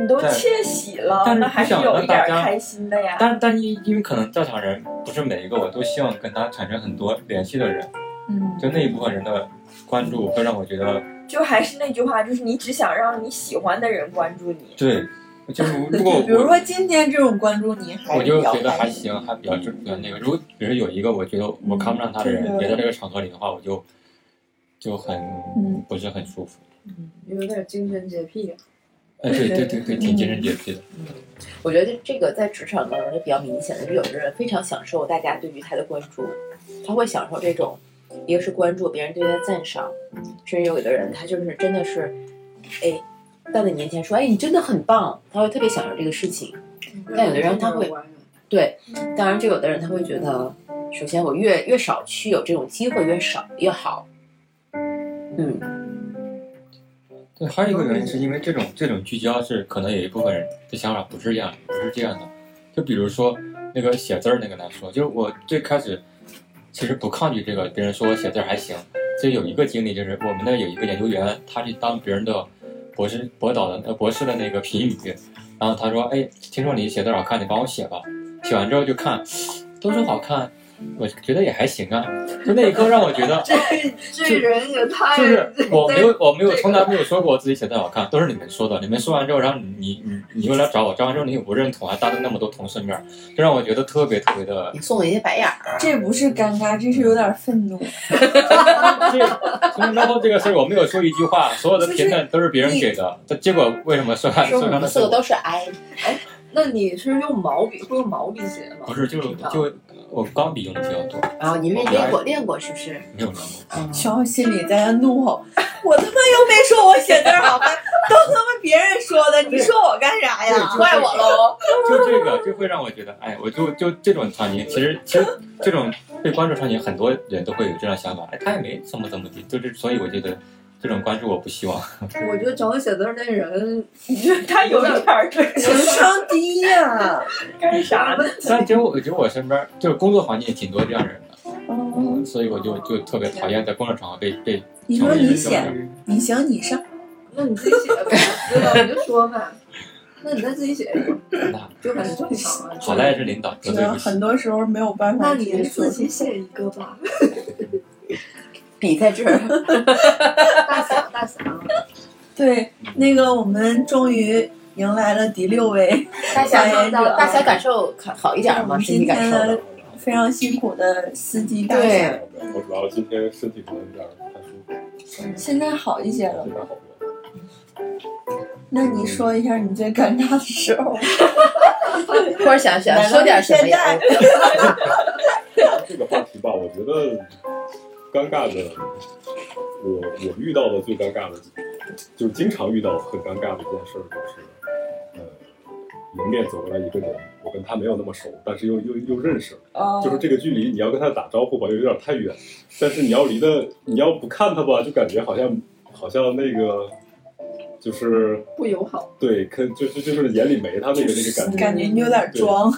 A: 你都
I: 对
A: 窃喜了，
I: 但是
A: 那
I: 不
A: 还是
I: 想
A: 有
I: 让
A: 一
I: 大
A: 点
I: 家
A: 开心啊的呀。
I: 但但因因为可能在场人不是每一个我都希望跟他产生很多联系的人，
D: 嗯，
I: 就那一部分人的关注会让我觉得，
A: 就还是那句话，就是你只想让你喜欢的人关注你。
I: 对，就如如果
D: 比如
I: 我
D: 说今天这种关注你还是
I: 我
D: 比
I: 就
D: 较
I: 觉得还
D: 开心
I: 行，还比较正比较那个。如果比如有一个我觉得我看不上他的人
D: 嗯
I: 也在这个场合里的话，我就就很
D: 嗯
I: 不是很舒服。
B: 嗯有点精神洁癖。啊
I: 哎，对对对对，挺精神洁癖的。
F: 我觉得这这个在职场当中就比较明显的，就有的人非常享受大家对于他的关注，他会享受这种，一个是关注别人对他的赞赏，甚至有的人他就是真的是，哎，到你面前说，哎，你真的很棒，他会特别享受这个事情。但有的人他会对，当然就有的人他会觉得，首先我越越少去有这种机会越少越好，嗯，
I: 对，还有一个原因是因为这种这种聚焦是可能有一部分人的想法不是这样，不是这样的。就比如说那个写字儿那个来说，就是我最开始其实不抗拒这个，别人说我写字儿还行。这有一个经历就是我们那儿有一个研究员，他去当别人的博士博导的呃博士的那个评语，然后他说，哎，听说你写字儿好看，你帮我写吧。写完之后就看，都说好看，我觉得也还行啊。就那一刻让我觉
B: <laughs>
I: 得，
B: 这人也太
I: 就是我没有，我没有，从来没有说过我自己写的好看，都是你们说的。你们说完之后，然后你你你又来找我，找完之后你又不认同，还当着那么多同事面儿，就让我觉得特别特别的
F: 你送我一些白眼儿，
D: 这不是尴尬，这是有点愤怒。
I: 这。从然后这个事儿我没有说一句话，所有的评论都是别人给的，但结果为什么说看
F: 说
I: 说
F: 我
I: 看
F: 们
I: 的
F: 四个都是 I，
B: 那你是用毛笔，会用毛笔写吗？
I: 不是就就我钢笔用的比较多，
F: 然后你们练过练过是不是？
I: 没有钢笔。
F: 嗯，
D: 小浩心里在那怒吼：“我他妈又没说我写字儿好看，都他妈别人说的，你说我干啥呀？怪我喽！
I: 就这个就会让我觉得，哎，我就就这种场景，其实其实这种被关注场景，很多人都会有这样想法，哎，他也没怎么怎么地，就是所以我觉得这种关注我不希望。
B: 我觉得找你写字儿那人，
A: 他有一点儿这个
D: 情商低呀、
A: 干啥呢？
I: 但结果我觉得我身边就是工作环境挺多这样人的，嗯，所以我就就特别讨厌在工作场合被被。
D: 你说你写，你行你上，
B: 那你自己写呗，知道你就说呗。那你再自己写一个，
I: 那
B: 就很正常啊。
I: 好赖是领导得
D: 只
I: 罪
D: 能
I: 不起
D: 很，多时候没有办法
B: 那
D: 直接
B: 你
D: 说
B: 自
D: 出
B: 己
D: 口。
B: 写一个
G: <laughs>
B: 吧，
F: 笔在这儿，
B: <laughs> 大侠大侠，
D: 对，那个我们终于迎来了第六位，
F: 大
D: 侠
F: 侠大侠感受好好一点儿吗？身体感受
D: 今天的非常辛苦的司机大侠
F: 对，
L: 我主要今天身体可能有点不太舒服，
D: 现在好一些了
L: 现
D: 吗
L: 在？好多了。
D: 那你说一下你最尴尬的时候。
F: 或者想想说点什么也 OK。
L: 这个话题吧，我觉得尴尬的，我我遇到的最尴尬的，就是经常遇到很尴尬的一件事儿，就是呃，迎面走过来一个人，我跟他没有那么熟，但是又又又认识，
F: 嗯
D: 哦
L: 就是这个距离，你要跟他打招呼吧，又有点太远，但是你要离的，你要不看他吧，就感觉好像好像那个就是
B: 不友好。
L: 对，看就是就是眼里没他那个那个感觉，
D: 感觉你有点装，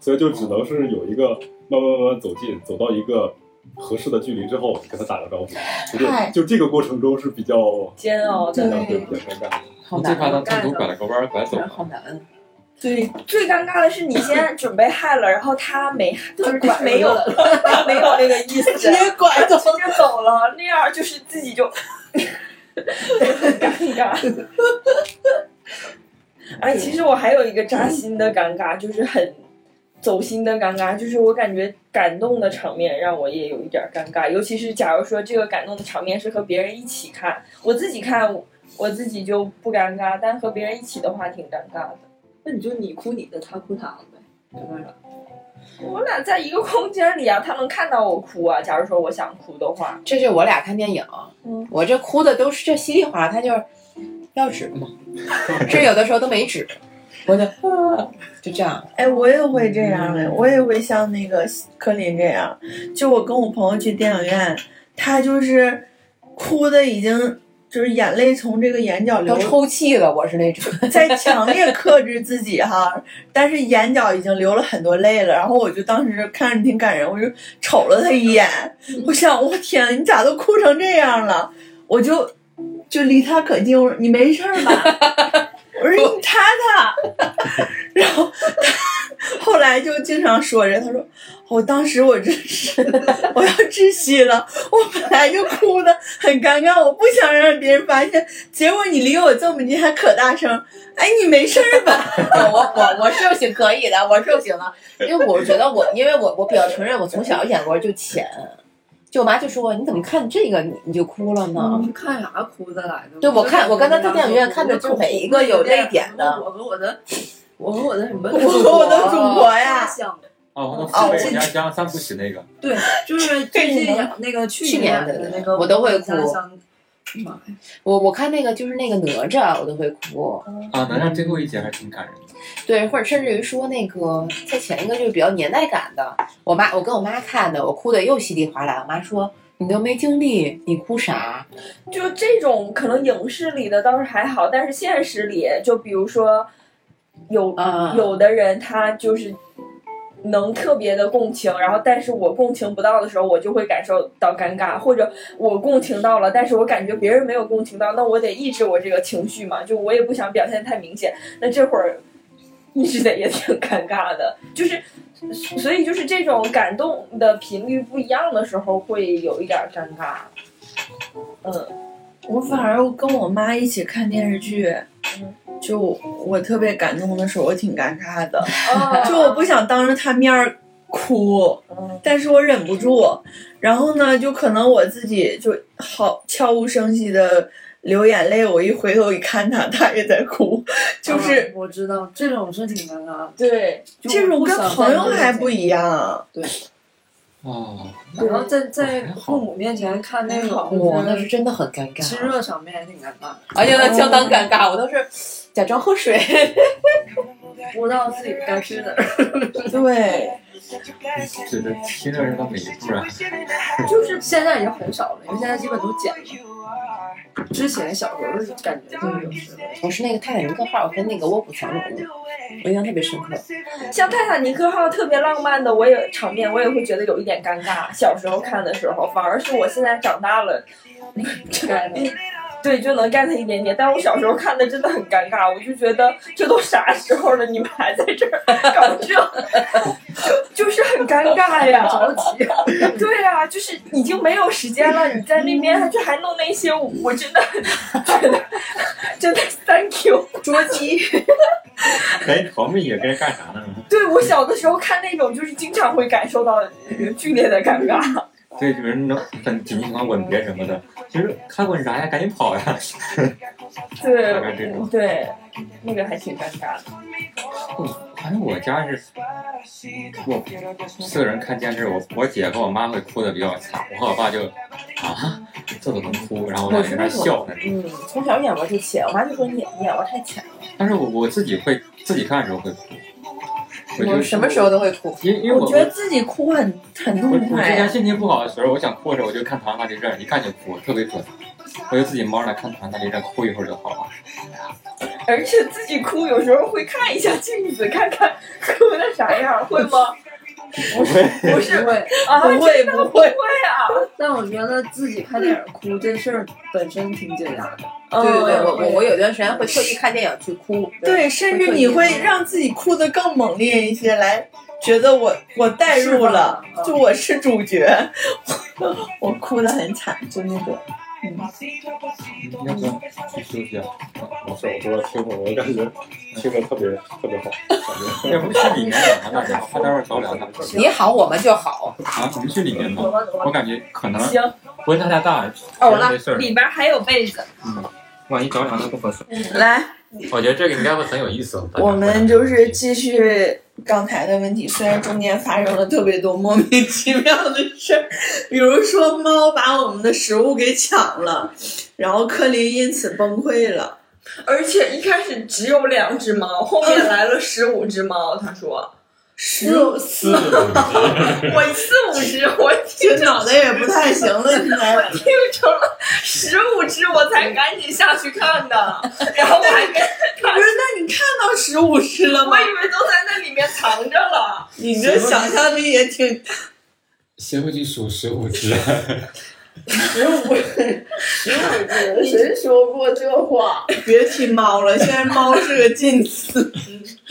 L: 所以就只能是有一个慢慢慢慢走近，走到一个合适的距离之后，跟他打个招呼。
D: 嗨
L: 就就这个过程中是比较
A: 煎
D: 嗯
A: 熬的。
L: 比较对比较尴尬的。
F: 好
I: 你最
F: 难
I: 怕
F: 啊，
I: 他单独拐了个弯儿拐走
F: 好
I: 了。
D: 啊
F: 难。
D: 对，
A: 最尴尬的是你先准备害了，然后他没，就是他没有，他没有那个意思，
D: 直接拐走
A: 直。接走了，那样就是自己就很尴尬。 <laughs> 哎，其实我还有一个扎心的尴尬，就是很走心的尴尬，就是我感觉感动的场面让我也有一点尴尬，尤其是假如说这个感动的场面是和别人一起看，我自己看我我自己就不尴尬，但和别人一起的话挺尴尬的。
B: 那你就你哭你的，他哭他的呗，没办法。
A: 我俩在一个空间里啊，他能看到我哭啊。假如说我想哭的话，
F: <laughs> 这就是我俩看电影，
A: 嗯
F: 我这哭的都是这稀里哗啦，他就是要纸吗？这有的时候都没纸，
D: <laughs>
F: 我就、啊就这样。
D: 哎，我也会这样
L: 嗯
D: 的，我也会像那个柯林这样，就我跟我朋友去电影院，他就是哭的已经就是眼泪从这个眼角流
F: 都，抽泣了，我是那种。
D: <laughs> 在强烈克制自己哈，但是眼角已经流了很多泪了。然后我就当时看着挺感人，我就瞅了他一眼，我想我天，你咋都哭成这样了？我就就离他可近，我说你没事儿吧？我说你查查。然后他后来就经常说人，他说我当时我真是我要窒息了，我本来就哭的很尴尬，我不想让别人发现，结果你离我这么近还可大声，哎，你没事儿吧？
F: 我我我是行可以的，我是行了，因为我觉得我，因为我我比较承认，我从小眼光就浅，就我妈就说你怎么看这个你你就哭了呢？
B: 嗯看啥哭的来着？
F: 对我看我刚才在电影院看的就是每一个有泪点的
B: 我和我的，我和我的什么？
D: 我和我的祖国呀！
B: 像
I: <laughs> 哦，
D: 哦
I: 那
D: 这
I: 是家家三部曲那个，
B: 对，就是最近那个去
F: 去年的
B: 的那个，
F: 我都会哭
B: 妈呀！
F: 我我看那个就是那个哪吒，我都会哭。
I: 啊，哪吒最后一集还是挺感人的。
F: 对，或者甚至于说那个在前一个就是比较年代感的，我妈我跟我妈看的，我哭的又稀里哗啦。我妈说你都没经历，你哭啥？
A: 就这种可能影视里的倒是还好，但是现实里，就比如说有、
F: 啊
A: 有的人他就是能特别的共情，然后但是我共情不到的时候，我就会感受到尴尬，或者我共情到了，但是我感觉别人没有共情到，那我得抑制我这个情绪嘛，就我也不想表现太明显，那这会儿抑制的也挺尴尬的，就是。所以就是这种感动的频率不一样的时候，会有一点儿尴尬。嗯，
D: <laughs> 我反而跟我妈一起看电视剧
A: 嗯，
D: 就我特别感动的时候，我挺尴尬的，
A: 哦
D: 就我不想当着她面儿哭，
A: 嗯
D: 但是我忍不住。然后呢，就可能我自己就好悄无声息的流眼泪，我一回头一看她，她也在哭，
G: 嗯
D: 就是
B: 啊我知道这种是挺尴尬
G: 啊
B: 的，
A: 对，
B: 就
D: 这
B: 我
D: 种
B: 不
D: 跟
B: 想
D: 朋
B: 在
D: 友
B: 那
D: 还
B: 种
D: 不一样。
I: 哦，
B: 然后在在
I: 还好
B: 父母面前看那种，
F: 我那是真的很尴
B: 亲
F: 尬，
B: 热场面也挺尴尬，
F: 而且那
D: 嗯
F: 相当尴尬，我都是假装喝水。
B: 不知道自己该去哪儿。
D: 对，
I: 觉得亲热是个美，不然
B: 就是现在已经很少了，因为现在基本都剪了。之前小时候感觉就是有时候
F: 我是那个泰坦尼克号跟那个卧虎藏龙，我印象特别深刻。
A: 像《泰坦尼克号》特别浪漫的，我也场面我也会觉得有一点尴尬。小时候看的时候，反而是我现在长大了， <laughs>
B: 该的
A: 对就能 get 一点点。但我小时候看的真的很尴尬，我就觉得这都啥时候了，你们还在这 <laughs> 儿搞这，就就是很尴尬呀。
B: 着急，
A: 对啊，就是已经没有时间了，你在那边还就还弄那些，我真的觉得真的 thank you。
D: 捉鸡。
I: <laughs> 哎，逃命也该干啥呢？
A: 对我小的时候看那种，就是经常会感受到呃剧烈的尴尬。
I: <laughs> 对，就是能很紧密地吻别什么的，其实看吻啥呀，赶紧跑呀。大概这
A: 对
I: 种
A: 对，那个还挺尴尬的。
I: 我好哦像我家是，我四个人看电视，我我姐和我妈会哭的比较惨，我和我爸就啊，这都能哭，然后我俩在那笑呢。
F: 嗯，从小眼光就浅，我妈就说你眼你眼光太浅了。
I: 但是我我自己会自己看的时候会哭，我觉
F: 我
I: 得
F: 什么时候都会哭。
I: 因因为
D: 我
I: 我
D: 觉得自己哭很很
F: 嗯
I: 我我
D: 痛
I: 之
D: 快
I: 前
D: 呀。
I: 心情不好的时候，我想哭的时候，我就看《唐人大地震》，一看就哭，特别准。我就自己猫着看《唐人大地震》，哭一会儿就好了。
A: 而且自己哭有时候会看一下镜子，看看哭的啥样，会吗？
I: 不会，
B: 不是会。
A: 啊，
D: 不会不
A: 对
D: 会，
A: 啊，
B: 但我觉得自己看电影哭这事儿本身挺解压的，
D: 哦
F: 对对对，
A: 嗯
F: 我我我有段时间会特意看电影去哭。
D: 对，甚至你会让自己哭得更猛烈一些，来觉得我我代
B: 释
D: 入了
B: 放了，嗯
D: 就我是主角， <laughs> 我哭得很惨，就那种。
I: 要不要去休息啊？
L: 没事，我说听会儿，我感觉听着特别特别好，感觉
I: 要不去里面聊聊吧，怕待会儿着凉了。
F: 你好，我们就好。
I: 啊，我们去里面吧。我感觉可能
A: 行，
I: 不会太太大，
A: 偶了
I: 没事，儿。
A: 里边还有被子。
I: 万一着凉了不合适。
A: 嗯
D: 来，
I: 我觉得这个应该会很有意思。大
D: 嗯
I: 家
D: 我们就是继续刚才的问题，虽然中间发生了特别多莫名其妙的事儿，比如说猫把我们的食物给抢了，然后克林因此崩溃了。
A: 而且一开始只有两只猫，后面来了十五只猫。他说
D: 食物
I: 四
A: 我四五只，我
D: 这脑袋也不太行了，现在。
A: 听成了十五只，我才赶紧下去看的。然后我还跟
D: 不是，那你看到十五只了吗
A: 我？以为都在那里面藏着了。
D: 你这想象力也挺……
I: 谁会去数十五只？
G: 十五十五个人，谁说过这话？
D: 别提猫了，现在猫是个禁词。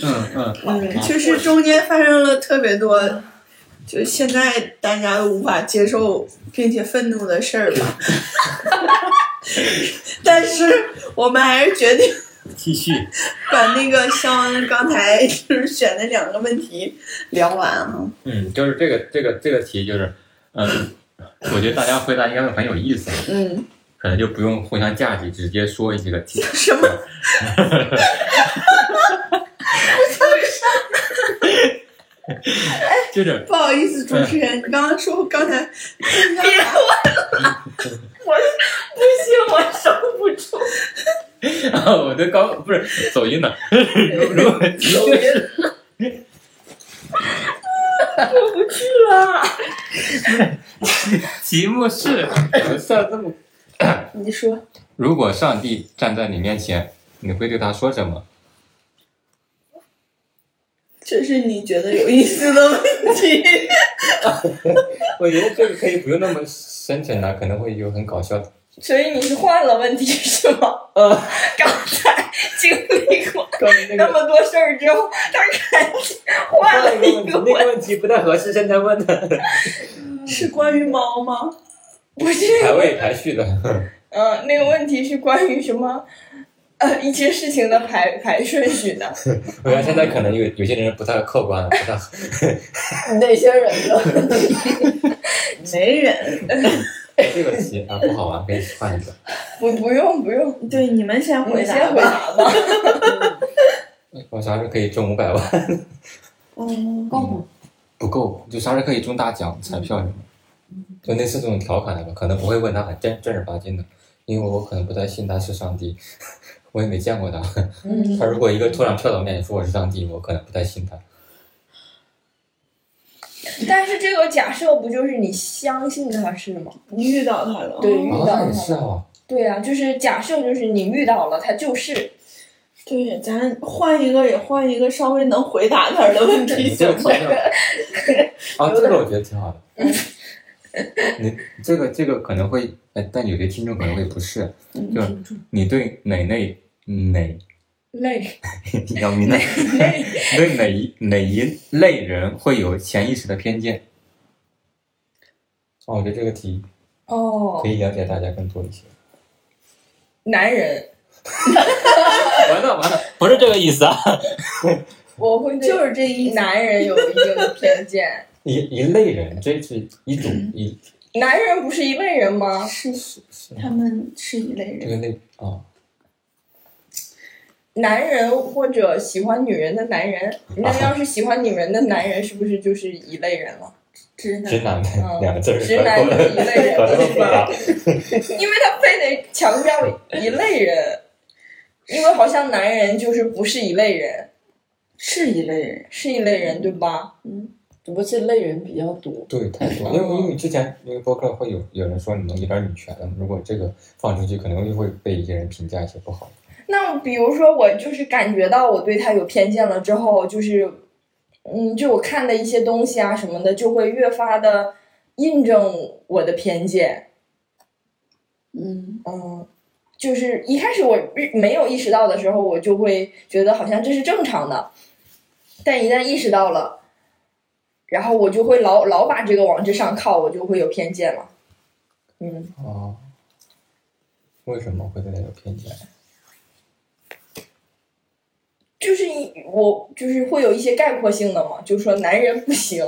I: 嗯嗯，
D: 嗯，就是中间发生了特别多，就现在大家都无法接受并且愤怒的事儿吧。 <laughs> 但是我们还是决定
I: 继续。
D: <laughs> 把那个肖恩刚才就是选的两个问题聊完啊。
I: 嗯，就是这个这个这个题就是，嗯，我觉得大家回答应该会很有意思，
D: 嗯，
I: 可能就不用互相架起，直接说一 <laughs> 个题。
D: 什么？
I: 就是
D: 不好意思，主持人，你
F: 嗯
D: 刚刚说刚才
A: 不行，我受不住。
I: <laughs> 啊，我的刚不是走 <laughs> 音呢，如如果 <laughs> 题目 <laughs> 是上这 <laughs> 么，
G: 你说
I: 如果上帝站在你面前，你会对他说什么？
D: 这是你觉得有意思的问题。
I: 我觉得这个可以不用那么深沉了，可能会有很搞笑的。
A: <laughs> 所以你是换了问题是吗？
D: 嗯
I: 呃，
A: <laughs> 刚才经历过
I: 刚那
A: 那么多事儿之后，他赶紧换了一个问
I: 问题不太合适，现在问的
D: 是关于猫吗？
A: 不是，
I: 排位排序的。
A: 嗯，那个问题是关于什么？呃，一些事情的排排顺序的。
I: 我觉得现在可能有有些人不太客观，不太
G: 哪些人呢？
D: 没人。
I: 这个题啊不好玩，可以换一个。
A: 不，不用，不用，
D: 对，你们先
A: 你
D: 回答
A: 先回
D: 吧。
A: 答吧。
I: 我啥时候可以中五百万？
D: <laughs>
I: <laughs>
D: 嗯，
F: 够不？
I: 不够，就啥时候可以中大奖、彩票什么的，就类似这种条款的吧。可能不会问他很正正儿八经的，因为我可能不太信他是上帝，我也没见过他。
A: 嗯
I: 他如果一个突然跳到面前说我是上帝，我可能不太信他。
A: 但是这个假设不就是你相信他是吗？哦
D: 你遇到他了。
G: 对，遇到
I: 啊，
G: 他
I: 也是啊，
A: 对啊，就是假设就是你遇到了他就是。
D: 对，咱换一个，也换一个稍微能回答他的问题
I: 你
D: 行
I: 这个
D: 吗？
I: 方向啊，这个我觉得挺好
D: <laughs>
I: 的。你这个这个可能会，呃但有些听众可能会不适，
D: 嗯
I: 就是你对哪类哪 <laughs>
A: 累，
I: 姚明呢？ <laughs> 对哪一哪一类人会有潜意识的偏见？哦，我觉得这个题
A: 哦
I: 可，以了解大家更多一些。
A: 男人，
I: <laughs> 完了完了，不是这个意思啊！
A: 我会对
D: 就是这意思。
A: 男人有一定的偏
D: <laughs>
A: 见。
I: 一一类人，这是一种
D: 嗯
I: 一
A: 男人不是一类人吗？
D: 是
I: 是
D: 他们是一类
I: 这
D: 人，
I: 个类啊，
A: 男人或者喜欢女人的男人，那要是喜欢女人的男人，是不是就是一类人了？
D: 直
I: 直
D: 男。
I: 男的
A: 嗯
I: 两个字儿
A: 直男
I: 搞
A: 就
I: 得
A: 是一类人
I: 搞得那么复
A: 了，
I: 杂。
A: 因为他非得强调一类人，因为好像男人就是不是一类人，
D: 是一类人，
A: 是一类人对吧？
G: 只不过这类人比较多。
I: 对，太多了，因为因为之前那个播客会有有人说你们有点女权了，如果这个放出去，可能又会被一些人评价一些不好。
A: 那比如说我就是感觉到我对他有偏见了之后，就是，嗯，就我看的一些东西啊什么的，就会越发的印证我的偏见。
D: 嗯，
A: 嗯，就是一开始我日没有意识到的时候，我就会觉得好像这是正常的，但一旦意识到了，然后我就会老老把这个往这上靠，我就会有偏见了。嗯，
I: 哦，为什么会对他有偏见？
A: 就是一我就是会有一些概括性的嘛，就说男人不行，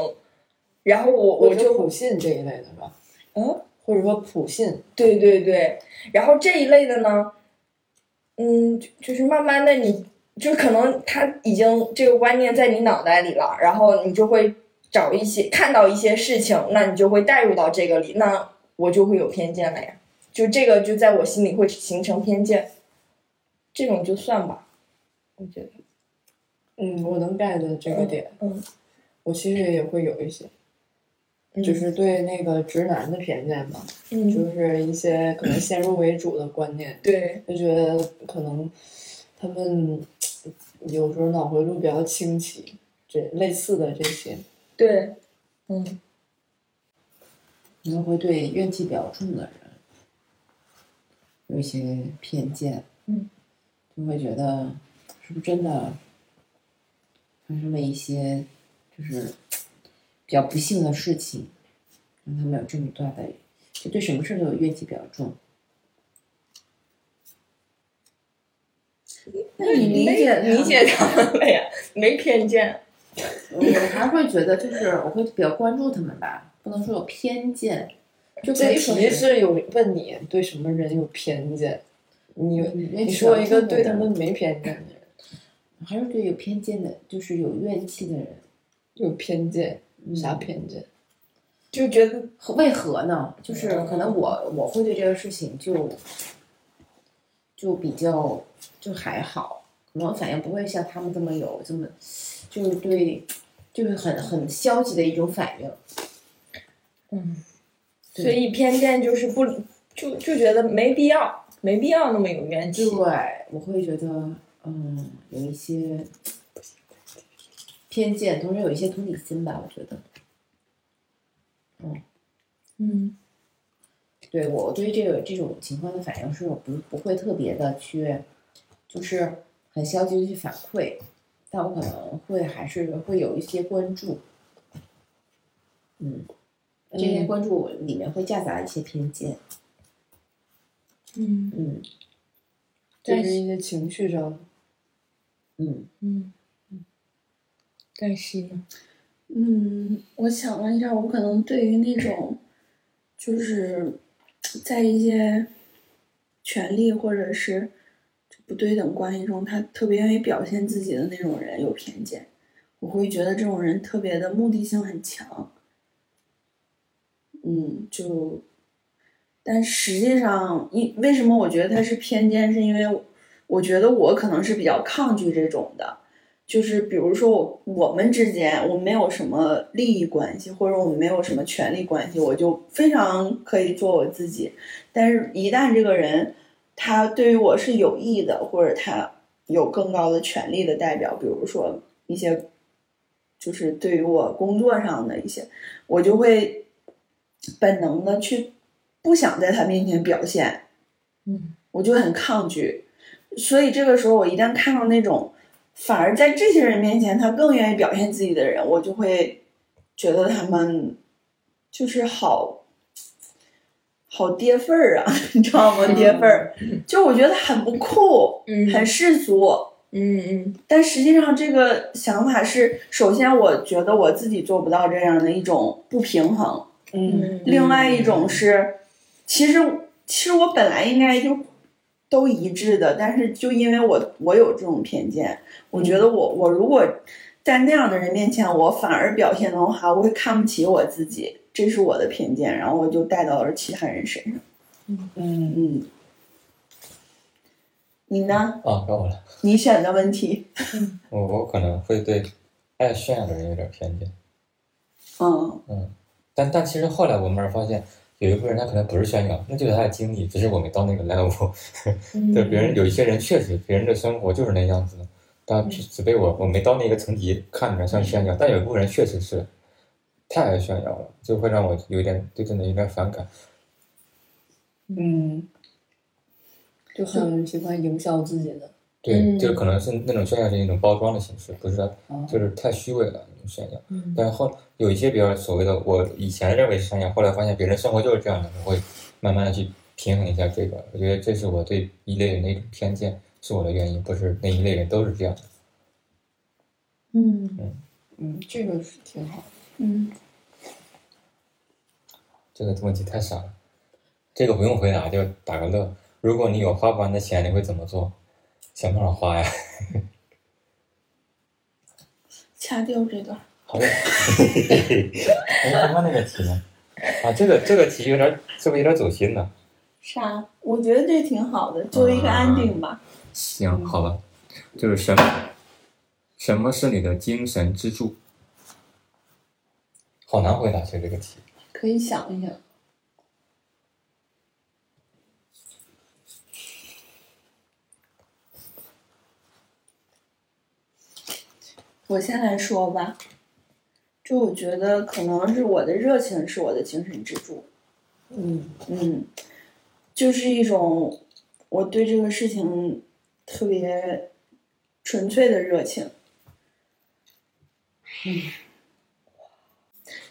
A: 然后我
G: 我
A: 我
G: 就
A: 就
G: 普信这一类的吧，
A: 嗯。
G: 或者说普信，
A: 对对对，然后这一类的呢，嗯，就就是慢慢的你，就可能他已经这个观念在你脑袋里了，然后你就会找一些看到一些事情，那你就会带入到这个里，那我就会有偏见了呀，就这个就在我心里会形成偏见，这种就算吧，我觉得，
G: 嗯，我能 get 这个点。
A: 嗯，
G: 我其实也会有一些，
D: 嗯
G: 就是对那个直男的偏见吧，
A: 嗯，
G: 就是一些可能先入为主的观念，
A: 对，
G: 就觉得可能他们有时候脑回路比较清奇，这类似的这些。
A: 对，嗯，
F: 你会对怨气比较重的人有一些偏见，
M: 嗯，
F: 就会觉得是不是真的发生了一些就是比较不幸的事情，让他们有这么大的，就对什么事都有怨气比较重。
A: 那你理解理解他们了呀，没偏见。
F: <laughs> 我还会觉得就是我会比较关注他们吧，不能说有偏见，就
G: 这
F: 跟
G: 一题是有问你对什么人有偏见，你
F: 你
G: 你说一个对他们没偏见的人
F: 还是对有偏见的，就是有怨气的人，
G: 有偏见，
F: 嗯
G: 啥偏见？
F: 就觉得为何呢？就是
G: 嗯
F: 可能我我会对这个事情就就比较就还好，可能反应不会像他们这么有这么就是对就是很很消极的一种反应。对
G: 嗯
A: 所以偏见就是不就就觉得没必要，没必要那么有怨
F: 对
A: 气。，
F: 我会觉得嗯有一些偏见，同时有一些同理心吧，我觉得。
A: 嗯，
F: 对我对于这个这种情况的反应是我不不会特别的去，就是很消极的去反馈，但我可能会还是会有一些关注，嗯，这些关注里面会夹杂一些偏见，
A: 嗯
F: 嗯
G: 就是一些情绪上，
F: 嗯，
A: 嗯，但是呢，
D: 嗯，我想了一下，我可能对于那种，就是在一些权利或者是不对等关系中，他特别愿意表现自己的那种人有偏见，我会觉得这种人特别的目的性很强。嗯，就，但实际上，因为什么我觉得他是偏见，是因为我我觉得我可能是比较抗拒这种的。就是比如说我我们之间我没有什么利益关系，或者我没有什么权利关系，我就非常可以做我自己。但是，一旦这个人他对于我是有益的，或者他有更高的权利的代表，比如说一些就是对于我工作上的一些，我就会本能的去不想在他面前表现，
F: 嗯，
D: 我就很抗拒。所以这个时候，我一旦看到那种反而在这些人面前，他更愿意表现自己的人，我就会觉得他们就是好好跌份儿啊， <laughs> 你知道吗？跌份儿，就我觉得很不酷，
A: 嗯
D: 很世俗。
A: 嗯嗯
D: 但实际上，这个想法是，首先我觉得我自己做不到这样的一种不平衡，
A: 嗯
D: 另外一种是，其实其实我本来应该就都一致的，但是就因为我我有这种偏见，我觉得我我如果在那样的人面前，我反而表现的话，我会看不起我自己，这是我的偏见，然后我就带到了其他人身上。
F: 嗯，
D: 嗯，你呢？
I: 啊，该我了。
D: 你选的问题，
I: 我我可能会对爱炫耀的人有点偏见，
D: 嗯
I: 嗯，但但其实后来我慢慢发现，有一部分人他可能不是炫耀，那就是他的经历，只是我没到那个 level。对， <laughs> 别人有一些人确实，别人的生活就是那样子的，但只只被我我没到那个层级看着像炫耀，但有一部分人确实是太爱炫耀了，就会让我有点对这种人有点反感。
G: 嗯，就很喜欢营销自己的，
I: 对，就是可能是那种炫耀是一种包装的形式，不是它就是太虚伪了那种炫耀。但是后有一些比较所谓的，我以前认为是炫耀，后来发现别人生活就是这样的，我会慢慢的去平衡一下这个。我觉得这是我对一类人的一种偏见，是我的原因，不是那一类人都是这样的。
D: 嗯
G: 嗯，这个是挺好的。
D: 嗯，
I: 这个问题太傻了，这个不用回答，就打个乐。如果你有花不完的钱，你会怎么做？想办法花呀。 <laughs>
D: 掐掉这段。
I: 好嘞， <laughs> 哎，刚刚那个题呢？啊，这个这个题有点，是不是有点走心呢？
D: 啥？我觉得这挺好的，作为一个安定吧。
I: 行，好吧，就是什么什么是你的精神支柱？好难回答这这个题。
G: 可以想一想，
D: 我先来说吧，就我觉得可能是我的热情是我的精神支柱，
N: 嗯
D: 嗯，就是一种我对这个事情特别纯粹的热情。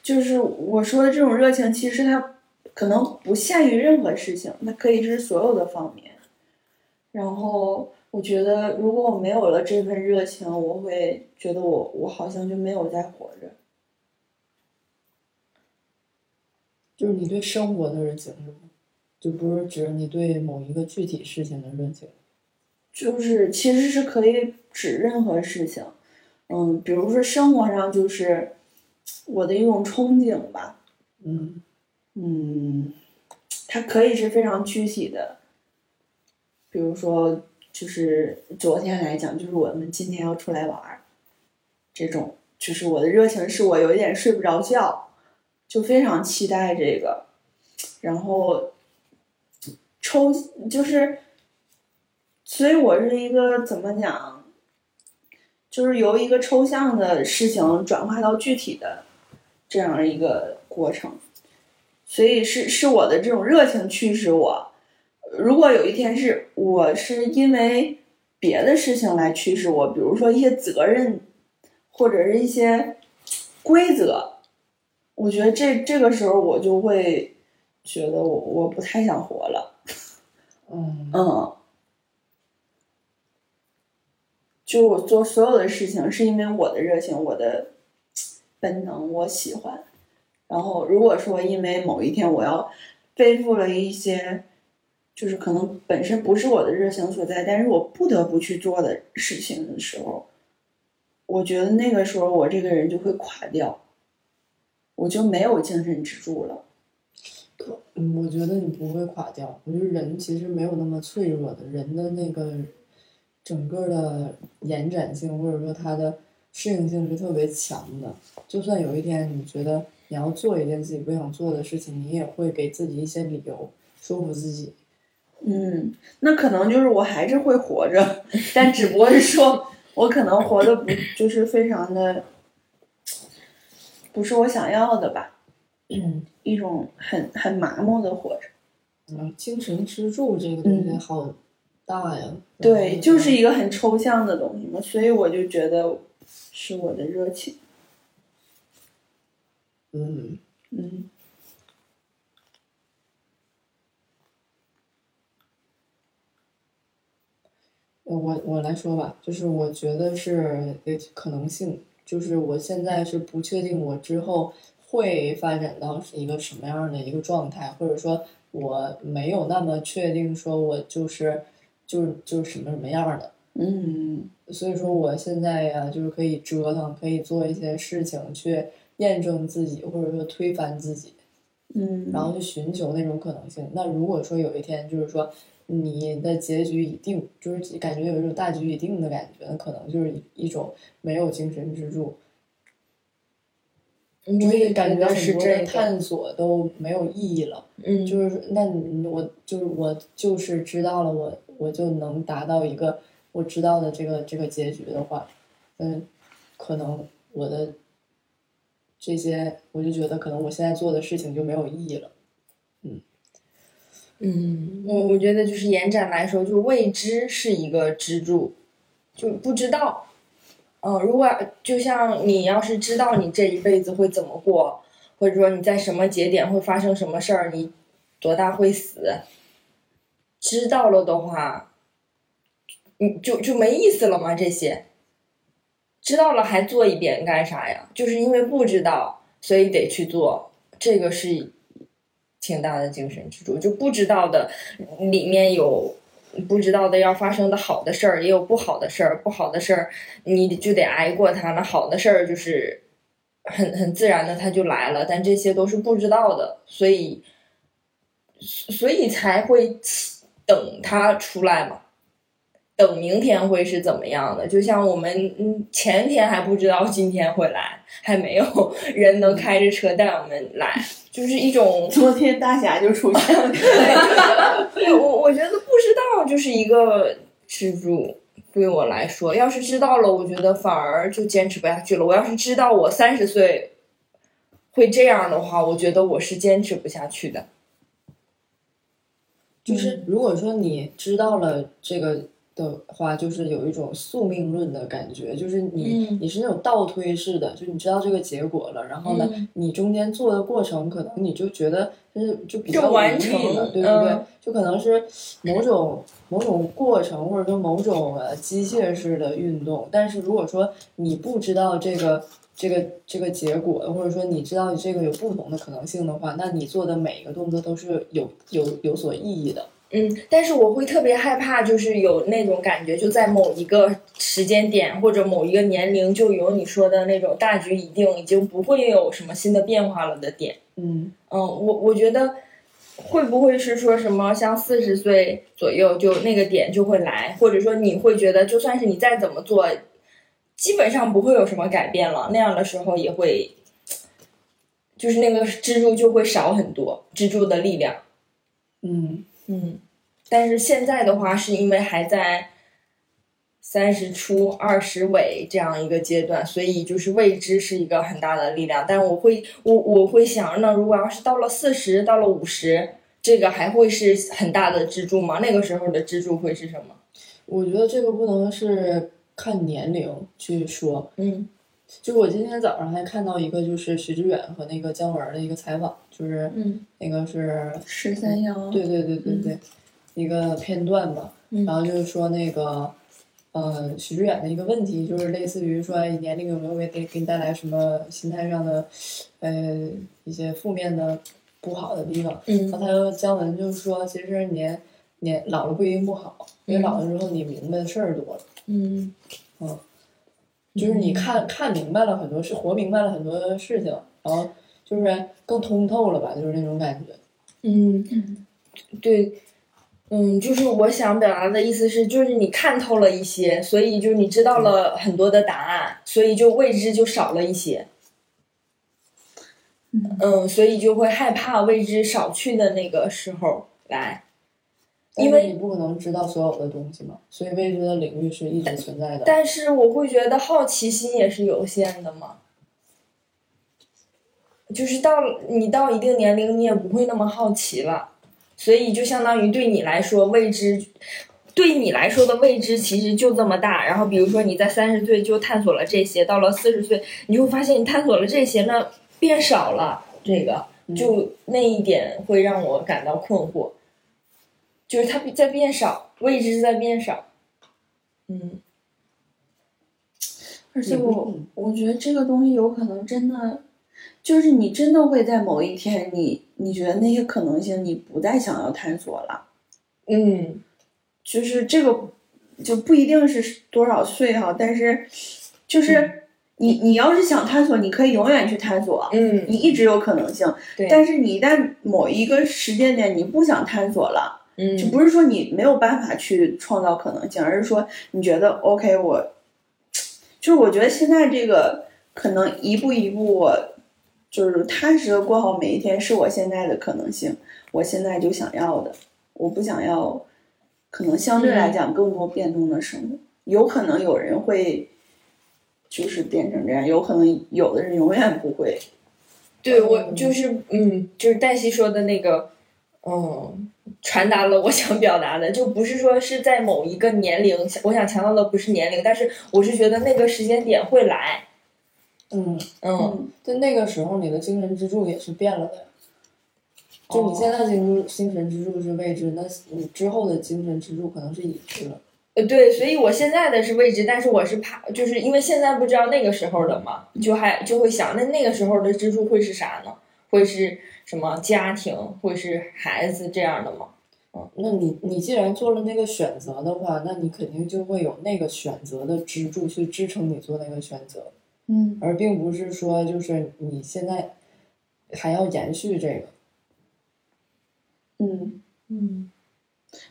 D: 就是我说的这种热情，其实它可能不限于任何事情，它可以是所有的方面。然后我觉得，如果我没有了这份热情，我会觉得我我好像就没有在活着。
G: 就是你对生活的热情是吗？就不是指你对某一个具体事情的热情。
D: 就是其实是可以指任何事情，嗯，比如说生活上就是我的一种憧憬吧，
G: 嗯，
D: 嗯，它可以是非常具体的，比如说，就是昨天来讲，就是我们今天要出来玩儿，这种就是我的热情，是我有一点睡不着觉，就非常期待这个，然后抽就是，所以我是一个怎么讲，就是由一个抽象的事情转化到具体的这样一个过程。所以是是我的这种热情驱使我。如果有一天是我是因为别的事情来驱使我，比如说一些责任或者是一些规则，我觉得这这个时候我就会觉得我我不太想活了。
G: 嗯，
D: 嗯，就我做所有的事情是因为我的热情，我的本能，我喜欢。然后如果说因为某一天我要背负了一些，就是可能本身不是我的热情所在，但是我不得不去做的事情的时候，我觉得那个时候我这个人就会垮掉，我就没有精神支柱了。
G: 嗯，我觉得你不会垮掉。我觉得人其实没有那么脆弱的，人的那个整个的延展性或者说它的适应性是特别强的。就算有一天你觉得你要做一件自己不想做的事情，你也会给自己一些理由说服自己。
D: 嗯，那可能就是我还是会活着，但只不过是说我可能活的不就是非常的，不是我想要的吧，一种很很麻木的活着。
G: 嗯，精神支柱这个东西
D: 嗯
G: 好大呀。
D: 对，就是一个很抽象的东西嘛，所以我就觉得是我的热情。
G: 嗯。
D: 嗯，
G: 呃我我来说吧，就是我觉得是呃可能性，就是我现在是不确定我之后会发展到是一个什么样的一个状态，或者说我没有那么确定说我就是就是就是什么什么样的，
D: 嗯
G: 所以说我现在呀、就是可以折腾，可以做一些事情去验证自己，或者说推翻自己。
D: 嗯，
G: 然后去寻求那种可能性。那如果说有一天，就是说你的结局已定，就是感觉有一种大局已定的感觉，那可能就是一种没有精神支柱，就
O: 嗯我
G: 是
O: 也
G: 感
O: 觉得
G: 很
O: 是
G: 多
O: 这
G: 的
O: 个，
G: 探索都没有意义了。
O: 嗯，
G: 就是那你我就是我就是知道了我我就能达到一个我知道的这个这个结局的话，嗯，可能我的这些我就觉得可能我现在做的事情就没有意义了。
O: 嗯，
F: 我我觉得就是延展来说，就是未知是一个支柱，就不知道。嗯、如果就像你要是知道你这一辈子会怎么过，或者说你在什么节点会发生什么事儿，你多大会死，知道了的话，你就就没意思了吗？这些知道了还做一遍干啥呀？就是因为不知道，所以得去做，这个是挺大的精神支柱。就不知道的里面有不知道的要发生的好的事儿，也有不好的事儿。不好的事儿你就得挨过它，那好的事儿就是很很自然的它就来了。但这些都是不知道的，所以所以才会期等它出来嘛。等明天会是怎么样的？就像我们嗯前天还不知道今天会来，还没有人能开着车带我们来，就是一种
D: 昨天大侠就出现了。
F: 对我我觉得不知道就是一个支柱，对我来说，要是知道了，我觉得反而就坚持不下去了。我要是知道我三十岁会这样的话，我觉得我是坚持不下去的。嗯
G: 就是如果说你知道了这个的话，就是有一种宿命论的感觉，就是你、
F: 嗯
G: 你是那种倒推式的，就你知道这个结果了，然后呢，
F: 嗯
G: 你中间做的过程，可能你就觉得就是就比较
F: 就完
G: 无力
F: 成
G: 了，对不对？
F: 嗯
G: 就可能是某种某种过程，或者说某种呃机械式的运动。但是如果说你不知道这个这个这个结果，或者说你知道这个有不同的可能性的话，那你做的每一个动作都是有有有所意义的。
F: 嗯，但是我会特别害怕，就是有那种感觉，就在某一个时间点或者某一个年龄，就有你说的那种大局已定，已经不会有什么新的变化了的点。
G: 嗯
F: 嗯，我我觉得会不会是说什么像四十岁左右就那个点就会来，或者说你会觉得就算是你再怎么做，基本上不会有什么改变了，那样的时候也会，就是那个支柱就会少很多，支柱的力量。
G: 嗯
F: 嗯，但是现在的话，是因为还在三十出二十尾这样一个阶段，所以就是未知是一个很大的力量。但我会，我我会想，那如果要是到了四十，到了五十，这个还会是很大的支柱吗？那个时候的支柱会是什么？
G: 我觉得这个不能是看年龄去说。
F: 嗯，
G: 就我今天早上还看到一个，就是徐志远和那个姜文儿的一个采访，就是
F: 嗯，
G: 那个是嗯
D: 十三幺
G: 对对对对对，一个片段吧。
F: 嗯
G: 然后就是说那个，呃，许志远的一个问题，就是类似于说，哎，年龄有没有给给给你带来什么心态上的，呃，一些负面的不好的地方？
F: 嗯
G: 然后他又姜文就是说，其实年年老了不一定不好，因为
F: 嗯
G: 老了之后你明白的事儿多了。
F: 嗯
G: 嗯，就是你看看明白了很多事，活明白了很多事情，然后就是更通透了吧，就是那种感觉。
F: 嗯，对，嗯，就是我想表达的意思是，就是你看透了一些，所以就你知道了很多的答案，所以就未知就少了一些。嗯，所以就会害怕未知少去的那个时候来，
G: 但
F: 因
G: 是
F: 为
G: 你不可能知道所有的东西嘛，所以未知的领域是一直存在的。
F: 但是我会觉得好奇心也是有限的嘛。就是到你到一定年龄，你也不会那么好奇了，所以就相当于对你来说，未知对你来说的未知其实就这么大。然后比如说你在三十岁就探索了这些，到了四十岁，你就会发现你探索了这些，那变少了。这个
D: 嗯
F: 就那一点会让我感到困惑，就是它在变少，未知在变少。嗯。
D: 而且我我觉得这个东西有可能真的，就是你真的会在某一天你，你觉得那些可能性你不再想要探索了，
F: 嗯，
D: 就是这个就不一定是多少岁哈，但是就是你、你要是想探索，你可以永远去探索，
F: 嗯
D: 你一直有可能性，
F: 对
D: 但是你一旦某一个时间点你不想探索了。
F: 嗯
D: 就不是说你没有办法去创造可能性，而是说你觉得 OK，我就是我觉得现在这个可能一步一步我就是踏实的过好每一天，是我现在的可能性，我现在就想要的，我不想要可能相对
F: 嗯
D: 来讲更多变动的生活，有可能有人会就是变成这样，有可能有的人永远不会，
F: 对我就是嗯，就是黛西说的那个，嗯，传达了我想表达的，就不是说是在某一个年龄，我想强调的不是年龄，但是我是觉得那个时间点会来，
G: 嗯，
F: 嗯，
G: 就那个时候你的精神支柱也是变了的呀。就
F: 哦
G: 你现在精精神支柱是未知，那你之后的精神支柱可能是已知了。
F: 呃，对，所以我现在的是未知，但是我是怕，就是因为现在不知道那个时候的嘛，就还就会想，那那个时候的支柱会是啥呢？会是什么家庭，会是孩子这样的吗？
G: 那你你既然做了那个选择的话，那你肯定就会有那个选择的支柱去支撑你做那个选择，
D: 嗯
G: 而并不是说就是你现在还要延续这个。
D: 嗯
F: 嗯，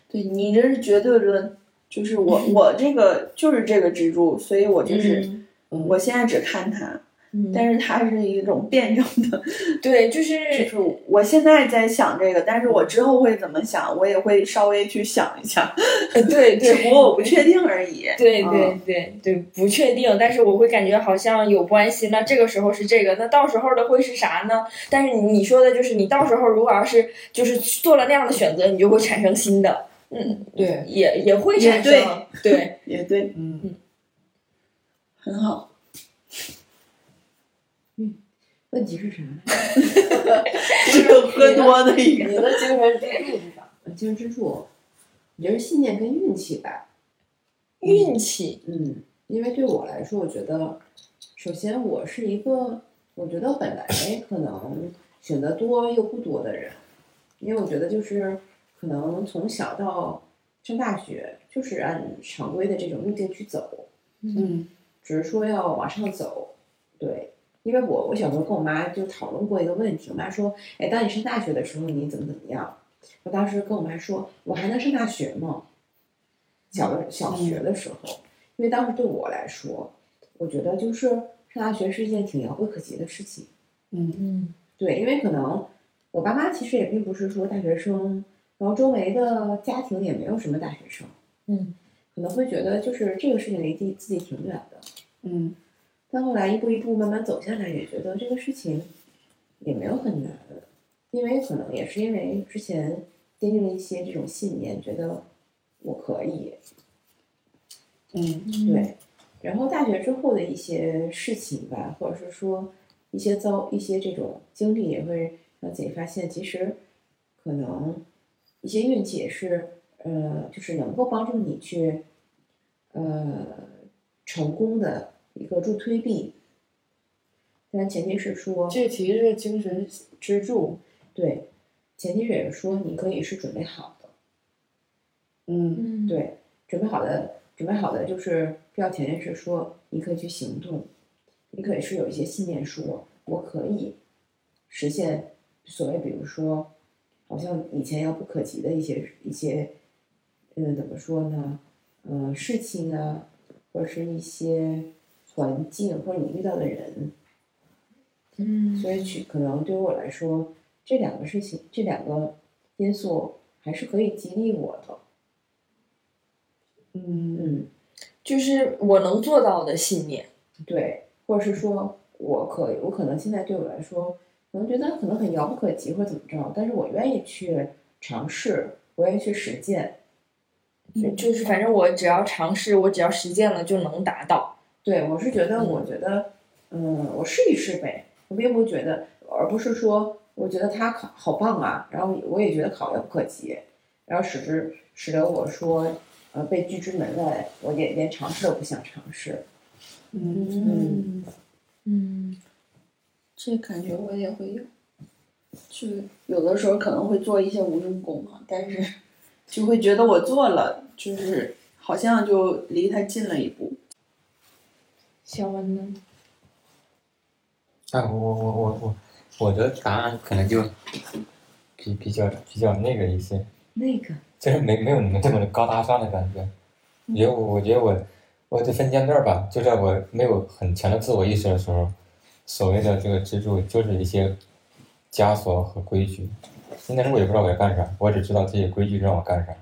D: 对你这是绝对论，就是我我这个就是这个支柱，所以我就是、我现在只看它，但是它是一种辩证的。
F: 对， <laughs> 就是
D: 就是我现在在想这个，但是我之后会怎么想，我也会稍微去想一下。
F: 呃对对
D: 只不过我不确定而已。
F: 对对
D: 嗯
F: 对对，不确定，但是我会感觉好像有关系。那这个时候是这个，那到时候的会是啥呢？但是你说的就是，你到时候如果要是就是做了那样的选择，你就会产生新的，嗯，
P: 对，
F: 也也会
D: 也
F: 产生
D: 对， <laughs>
F: 对，
D: 也对，
P: 嗯，
D: 很好。
G: 问题是什么？
D: 这个喝多的一
G: 你
D: 个，
G: 的精神支柱呃是啥？精神支柱，我觉得是信念跟运气吧。
F: 运气，
G: 嗯，因为对我来说，我觉得，首先我是一个，我觉得本来可能选择多又不多的人，因为我觉得就是可能从小到上大学就是按常规的这种路径去走，
P: 嗯，
G: 只是说要往上走，对。因为我我小时候跟我妈就讨论过一个问题，我妈说，哎，当你上大学的时候，你怎么怎么样？我当时跟我妈说，我还能上大学吗？小的小学的时候，因为当时对我来说，我觉得就是上大学是一件挺遥不可及的事情。
P: 嗯
Q: 嗯，
G: 对，因为可能我爸妈其实也并不是说大学生，然后周围的家庭也没有什么大学生，
Q: 嗯，
G: 可能会觉得就是这个事情离自己自己挺远的。
P: 嗯
G: 但后来一步一步慢慢走下来，也觉得这个事情也没有很难，因为可能也是因为之前奠定了一些这种信念，觉得我可以，
P: 嗯
G: 对，然后大学之后的一些事情吧，或者是说一些遭一些这种经历，也会让自己发现，其实可能一些运气也是，呃，就是能够帮助你去，呃，成功的一个助推力。但前提是说，
P: 这其实是精神支柱，
G: 对，前提是说你可以是准备好的，
P: 嗯
G: 对，准备好的，准备好的就是必要条件是说，你可以去行动，你可以是有一些信念说，我可以实现所谓，比如说，好像以前遥不可及的一些一些，嗯，怎么说呢？嗯、事情啊，或者是一些环境，或者你遇到的人，
Q: 嗯
G: 所以去可能对于我来说，这两个事情，这两个因素还是可以激励我的，
P: 嗯
G: 嗯。
F: 就是我能做到的信念。
G: 对，或者是说我可我可能现在对我来说，可能觉得可能很遥不可及或者怎么着，但是我愿意去尝试，我愿意去实践。
F: 嗯就是反正我只要尝试，我只要实践了就能达到。
G: 对我是觉得，我觉得，嗯，我试一试呗，我并不觉得，而不是说我觉得他考好棒啊，然后我也觉得考遥不可及，然后使之使得我说，呃，被拒之门外，我也连尝试都不想尝试。
P: 嗯
G: 嗯
Q: 嗯
D: 这感觉我也会有，就是有的时候可能会做一些无用功啊，但是就会觉得我做了，就是好像就离他近了一步。
F: 小文呢？
I: 哎，我我我我我的答案可能就比比较比较那个一些，
G: 那个，
I: 就是没没有你们这么高大上的感觉。我觉得我我觉得我我得分阶段吧，就在我没有很强的自我意识的时候，所谓的这个支柱就是一些枷锁和规矩。那时候我也不知道我要干啥，我只知道这些规矩让我干啥。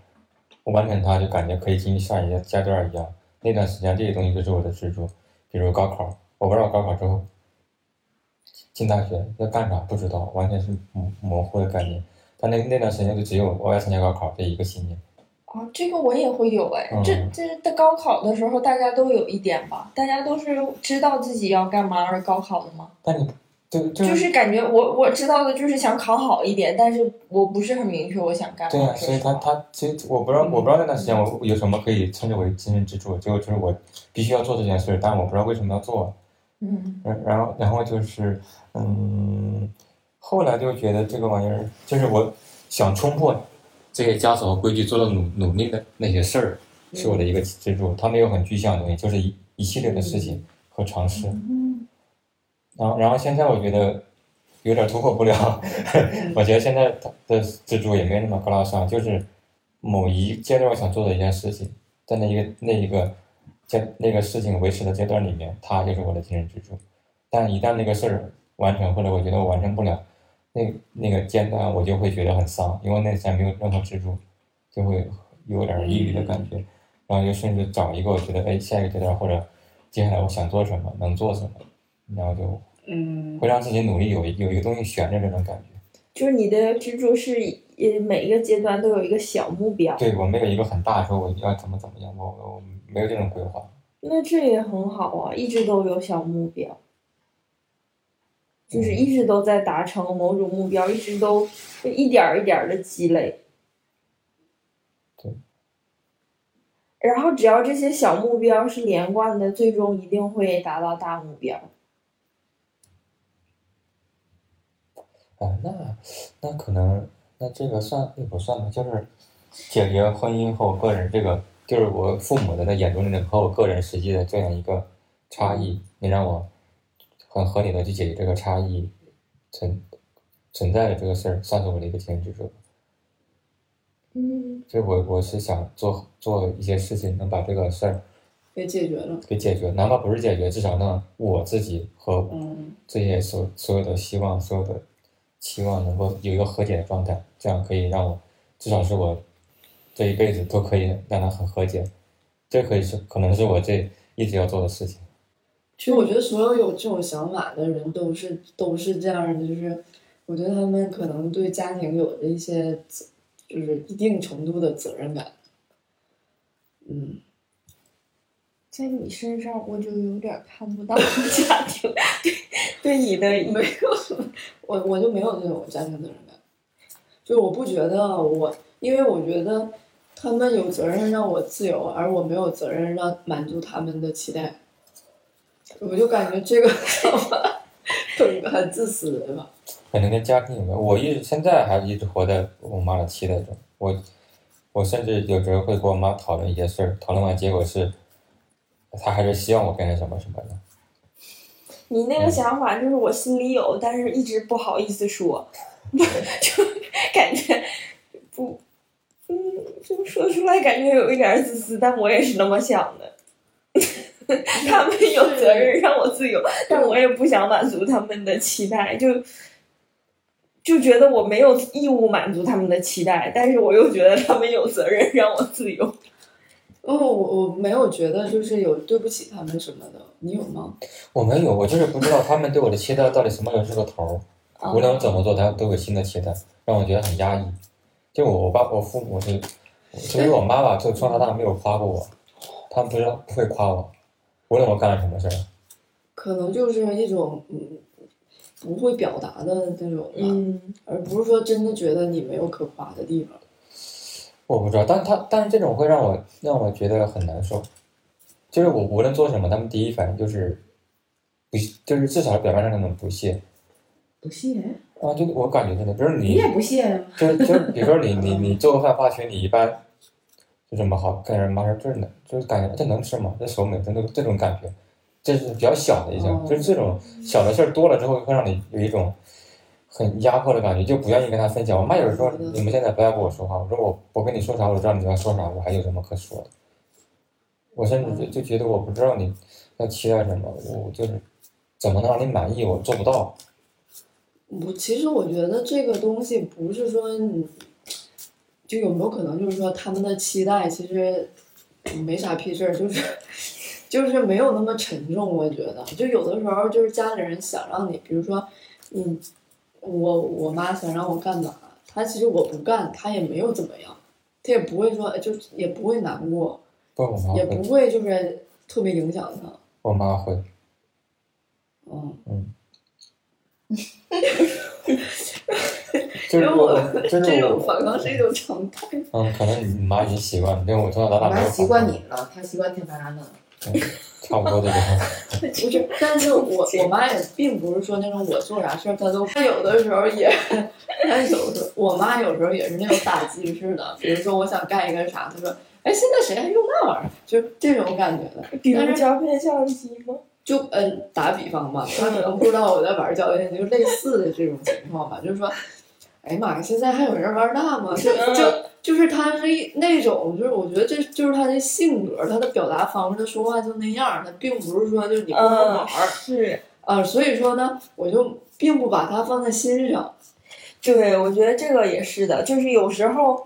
I: 我完成它就感觉可以进入下一个阶段一样。那段时间这些东西就是我的支柱，比如高考，我不知道高考之后进大学要干啥不知道，完全是模模糊的概念。但那那段时间就只有我要参加高考这一个信念。
F: 哦，这个我也会有哎，这
I: 嗯
F: 这在高考的时候，大家都有一点吧，大家都是知道自己要干嘛而高考的吗？
I: 但你就就
F: 就是感觉我我知道的就是想考好一点，但是我不是很明确我想干嘛。
I: 对啊，
F: 说
I: 所以
F: 实
I: 他
F: 话
I: 他其实我不知道我不知道那段时间我有什么可以称之为精神支柱，就就是我必须要做这件事，但我不知道为什么要做。
F: 嗯
I: 然然后然后就是嗯，后来就觉得这个玩意儿就是我想冲破这些枷锁和规矩，做的努努力的那些事儿，是我的一个支柱。它没有很具象的东西，就是一一系列的事情和尝试。然后然后现在我觉得有点突破不了， <laughs> 我觉得现在它的支柱也没那么高大上，就是某一阶段我想做的一件事情，在那一个那一个阶那个事情维持的阶段里面，它就是我的精神支柱。但一旦那个事儿完成，或者我觉得我完成不了，那那个间断，我就会觉得很丧，因为内在没有任何支柱，就会有点儿抑郁的感觉，然后就甚至找一个我觉得哎下一个阶段或者接下来我想做什么，能做什么，然后就
R: 嗯
I: 会让自己努力有一有一个东西悬着这种感觉。
A: 就是你的支柱是呃每一个阶段都有一个小目标，
I: 对我没有一个很大说我要怎么怎么样，我我没有这种规划。
A: 那这也很好啊，一直都有小目标，就是一直都在达成某种目标，一直都一点儿一点的积累。
I: 对。
A: 然后只要这些小目标是连贯的，最终一定会达到大目标。
I: 哦，那那可能那这个算也不算吧，就是解决婚姻和我个人这个，就是我父母的那眼中的那个和我个人实际的这样一个差异，你让我很合理的去解决这个差异存存在的这个事儿，算是我的一个经验之处。
G: 嗯，
I: 所以我我是想做做一些事情，能把这个事儿
G: 给解决了。
I: 给解决，哪怕不是解决，至少让我自己和
G: 嗯
I: 这些所所有的希望、所有的期望能够有一个和解的状态，这样可以让我至少是我这一辈子都可以让它很和解，这可以是可能是我这一直要做的事情。
G: 其实我觉得所有有这种想法的人都是都是这样的，就是我觉得他们可能对家庭有着一些责就是一定程度的责任感。嗯，
A: 在你身上，我就有点看不到家庭 <laughs> 对对你的
G: 没有，我我就没有这种家庭责任感，就我不觉得我，因为我觉得他们有责任让我自由，而我没有责任让满足他们的期待，我就感觉这个想法 <laughs> 很很自私吧。
I: 可能跟家庭有关。我一直现在还一直活在我妈的期待中。我我甚至有时候会跟我妈讨论一些事儿，讨论完结果是，她还是希望我变成什么什么的。
A: 你那个想法就是我心里有，但是一直不好意思说， <laughs> 就感觉不，嗯，就说出来感觉有一点自私，但我也是那么想的。 <laughs> 他们有责任让我自由，但我也不想满足他们的期待，就就觉得我没有义务满足他们的期待，但是我又觉得他们有责任让我自由。
G: 哦，我我没有觉得就是有对不起他们什么的，你有吗？
I: 我没有，我就是不知道他们对我的期待到底什么时候是个头
G: 哦
I: 儿。无论我怎么做，他都有新的期待，让我觉得很压抑。就我我爸我父母是，其实我妈吧，就从小到大没有夸过我，他们不知道不会夸我，无论我干了什么事儿。
G: 可能就是一种嗯不会表达的那种吧，
S: 嗯
G: 而不是说真的觉得你没有可夸的地方。
I: 我不知道，但他但是这种会让我让我觉得很难受，就是我无论做什么，他们第一反应就是不就是至少表面上那种不屑
S: 不屑，
I: 啊，就我感觉真的，比如
S: 你
I: 你
S: 也不屑啊呀、
I: 就就比如说你你你做个饭发群，你一般就什么好跟人妈说这能就是感觉这能吃吗？这手美真的这种感觉，这是比较小的一
G: 哦
I: 种，就是这种小的事儿多了之后，会让你有一种很压迫的感觉，就不愿意跟他分享。我妈有时候说你们现在不要跟我说话，我说我我跟你说啥，我知道你要说啥，我还有什么可说的？我甚至
G: 嗯
I: 就就觉得我不知道你要期待什么，我就是怎么能让你满意，我做不到。
G: 我其实我觉得这个东西不是说你，就有没有可能就是说他们的期待其实没啥屁事儿，就是 <laughs> 就是没有那么沉重。我觉得，就有的时候就是家里人想让你，比如说你，我我妈想让我干嘛，她其实我不干，她也没有怎么样，她也不会说，哎就也不会难过，
I: 不然我妈
G: 也不
I: 会，
G: 会就是特别影响她。
I: 我
G: <laughs>
I: 妈会，
G: 嗯
I: 嗯。就是我，
G: <laughs>
I: 就是
G: 这种
I: 我，
G: 反抗是一种常态。
T: <laughs>
I: 嗯，可能你妈已经习惯了，因为我从小到
S: 我
I: 大没
S: 妈
I: 有
S: 习
I: 反
S: 惯你了，她习惯天妈了。
I: 差不
T: <laughs>
I: 多这种。
G: 不是，但是我我妈也并不是说那种我做啥事儿她都，她有的时候
A: <laughs>
G: 也，她有的我妈有时候也是那种打鸡式的，比如说我想干一个啥，她说，哎，现在谁还用那玩意儿，就是这种感觉的。
A: 比如
G: 但是
A: 胶片相机吗？
G: 就呃打比方吧，
A: <laughs>
G: 她可能不知道我在玩胶片，就类似的这种情况吧，就是说，哎呀妈呀，现在还有人玩那吗？就
A: <laughs>
G: 就就是她是一那种，就是我觉得这就是她的
T: 嗯
G: 性格，她的表达方式，她说话就那样，她并不是说就是你不能玩儿。
A: 是，
G: 呃，所以说呢，我就并不把它放在心上。
F: 对，我觉得这个也是的，就是有时候，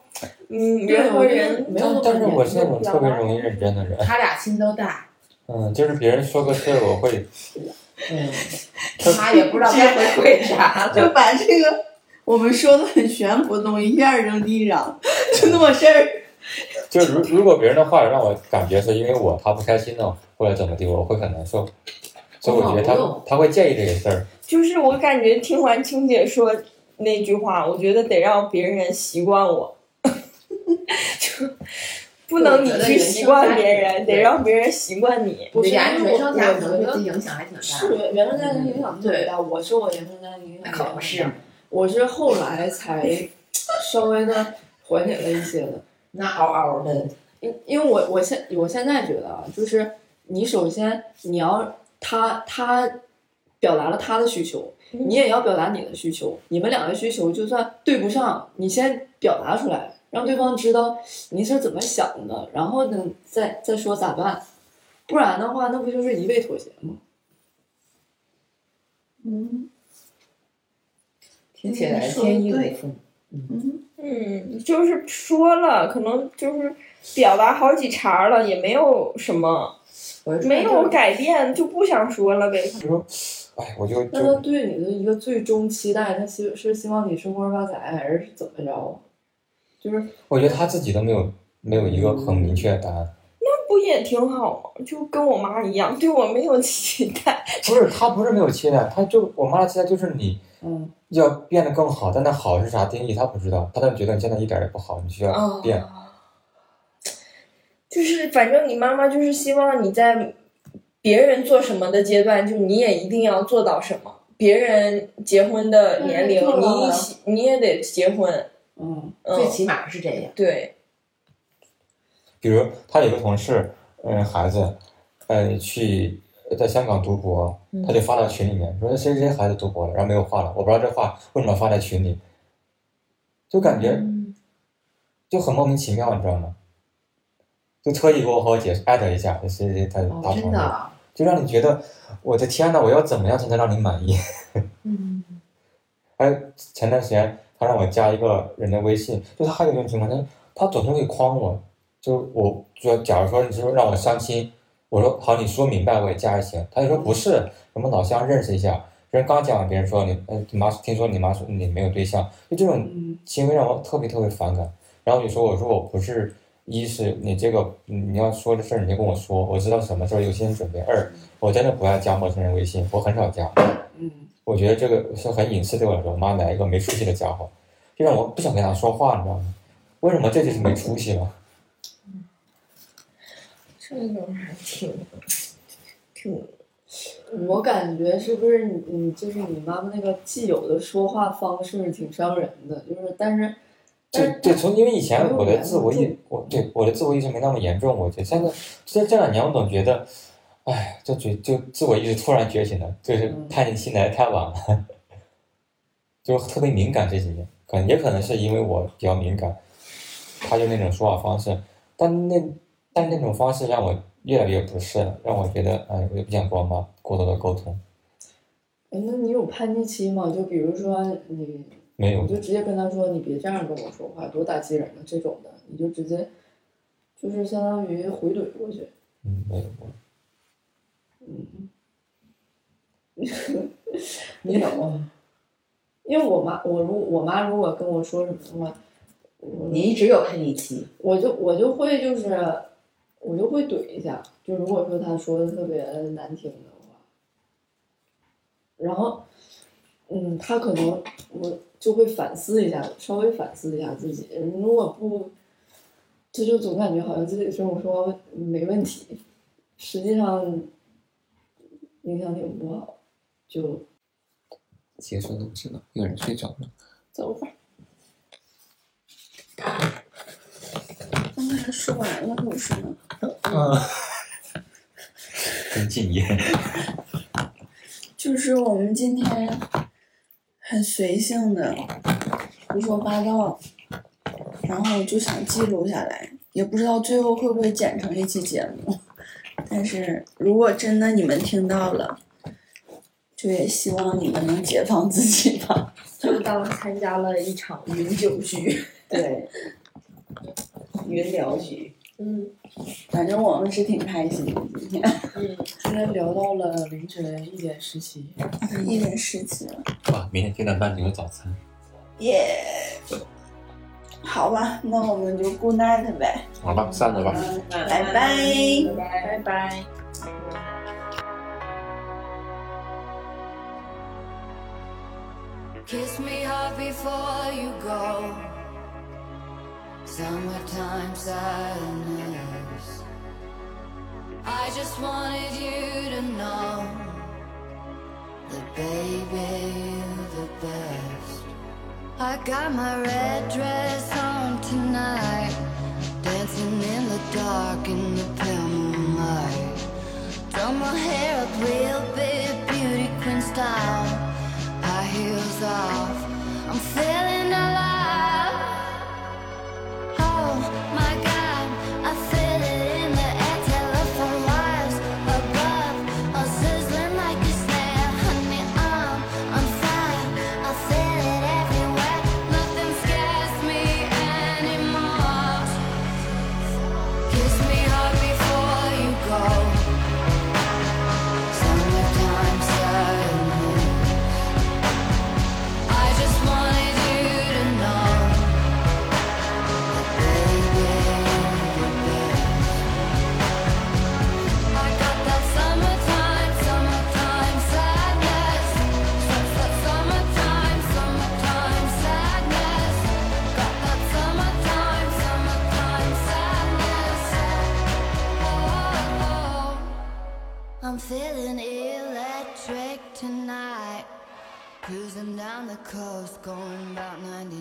F: 嗯，人和人
G: 没
I: 但但是我是那种特别容易认真的人，
T: 他俩心都大，
I: 嗯，就是别人说个事儿，我会
T: <laughs> 嗯，他也不知道该回馈啥
D: 就
T: 了。
D: 把这个我们说的很玄乎的东西一下扔地上，就那么事儿。
I: 就如如果别人的话让我感觉是因为我他不开心呢，或者怎么的，我会很难受。所以我觉得他
T: 哦
I: 他会介意这个事儿，
F: 就是我感觉听完青姐说那句话，我觉得得让别人习惯我， <laughs> 就不能你去习惯别人，得让别人习惯你。
T: 对呀，
G: 是
T: 你原生家庭
G: 我觉
T: 对
G: 得
T: 自己影响还挺
G: 是
T: 大。嗯
G: 原原生家庭影响特别大，我受我原生家庭影响
T: 可不
G: 是，我是后来才稍微的缓解了一些的。
T: 那嗷嗷的，
G: 因因为我我现我现在觉得啊，就是你首先你要他他表达了他的需求，
F: 嗯
G: 你也要表达你的需求，你们两个需求就算对不上，你先表达出来，让对方知道你是怎么想的，然后呢再再说咋办，不然的话那不就是一味妥协吗？
D: 嗯，
T: 听起来天衣无缝。
F: 嗯，就是说了，可能就是表达好几茬了，也没有什么，
T: 我是
F: 没有改变，就不想说了呗。
I: 哎，我就
G: 那
I: 就
G: 他对你的一个最终期待，他希是希望你升官发财，还是怎么着？就是
I: 我觉得他自己都没有没有一个很明确的答案。
F: 那不也挺好吗？就跟我妈一样，对我没有期待。
I: 不是他不是没有期待，他就我妈的期待就是你
G: 嗯。
I: 要变得更好，但那好是啥定义他不知道，他就觉得你现在一点儿也不好，你需要
T: 哦
I: 变。
F: 就是反正你妈妈就是希望你在别人做什么的阶段，就你也一定要做到什么。别人结婚的年龄，
G: 嗯做到
F: 你
G: 了
F: 起你也得结婚。
G: 嗯，
F: 嗯
T: 最，起码是这样。
F: 对，
I: 比如他有个同事，嗯，孩子，呃，去在香港读博，
T: 嗯
I: 他就发到群里面说谁谁谁孩子读博了，然后没有话了，我不知道这话为什么发在群里，就感觉
T: 嗯
I: 就很莫名其妙，你知道吗？就特意给我好好解释，艾特一下谁谁谁他
T: 哦
I: 他，
T: 真
I: 同
T: 的
I: 事，
T: 啊，
I: 就让你觉得我的天呐，我要怎么样才能让你满意？
T: 嗯，
I: 哎，前段时间他让我加一个人的微信，就他还有一种情况，他他总是会诓我，就我就假如说你说让我相亲，我说好，你说明白我也加也行，他就说不是，我们老乡认识一下，人刚讲完，别人说你，呃，你妈听说你妈说你没有对象，就这种行为让我特别特别反感。然后你说我说我不是，一是你这个你要说的事儿你就跟我说，我知道什么时候有心理准备；二我真的不爱加陌生人微信，我很少加。我觉得这个是很隐私对我来说。我妈来一个没出息的家伙，就让我不想跟他说话，你知道吗？为什么这就是没出息了？
F: 这种还挺挺
G: 我感觉是不是你你就是你妈妈那个既有的说话方式挺伤人的，就是但是
I: 就
G: 但
I: 对，
G: 是
I: 从因为以前我的自我
G: 没有
I: 意，我对我的自我意识没那么严重，我觉得现在这这两年我总觉得，哎，就觉就自我意识突然觉醒了，就是叛逆期来得太晚了， <laughs> 就特别敏感这几年，可能也可能是因为我比较敏感，他就那种说话方式，但那但那种方式让我越来越不适了，让我觉得哎，我就不想跟我妈过多的沟通，
G: 哎，那你有叛逆期吗？就比如说你，
I: 没有
G: 我就直接跟他说你别这样跟我说话，多打击人啊这种的，你就直接就是相当于回怼过去。
I: 嗯，没有过。
T: 你有啊，
G: 因为我妈，我如我妈如果跟我说什么的话，我
T: 你一直有叛逆期，
G: 我就我就会就是，我就会怼一下，就如果说他说的特别难听的话，然后，嗯，他可能我就会反思一下，稍微反思一下自己，如果不，这就总感觉好像自己这种说话没问题，实际上影响挺不好，就
I: 结束录制了，有人睡着了。
G: 走吧。
D: 刚才说完了，有什么？
I: <laughs> 真敬业。
D: 就是我们今天很随性的胡说八道，然后就想记录下来，也不知道最后会不会剪成一期节目。但是如果真的你们听到了，就也希望你们能解放自己吧。
U: <laughs> 就当参加了一场云酒局，
D: <laughs> 对，
U: 云聊局。嗯，
D: 反正我们是挺开心的今天。
V: 嗯，今天聊到了凌晨一点十七，
D: <laughs> 一点十七了，
I: <laughs> 哇，明天九点半就有早餐。
D: 耶、好吧，那我们就 good night 呗，
I: 好吧，散了吧。
D: 拜拜，拜
U: 拜，拜拜。
G: Kiss me hard before you go. Summertime sadness. I just wanted you to know that, baby, you're the best. I got my red dress on tonight, dancing in the dark in the pale moonlight. Throw my hair up real big, beauty queen style. High heels off, I'm feeling alive. Oh my God, I feel it in the air. Telephone wires above, all sizzling like a snare. Honey, I'm on fire. I feel it everywhere. Nothing scares me anymore. Kiss me hard before you go. Summertime sadness. I just wanted you to know baby, I got that summertime, summertime sadness. Summertime, summertime sadness. Got that summertime, summertime sadness. I'm feeling electric tonight. Cruising down the coast, going about 90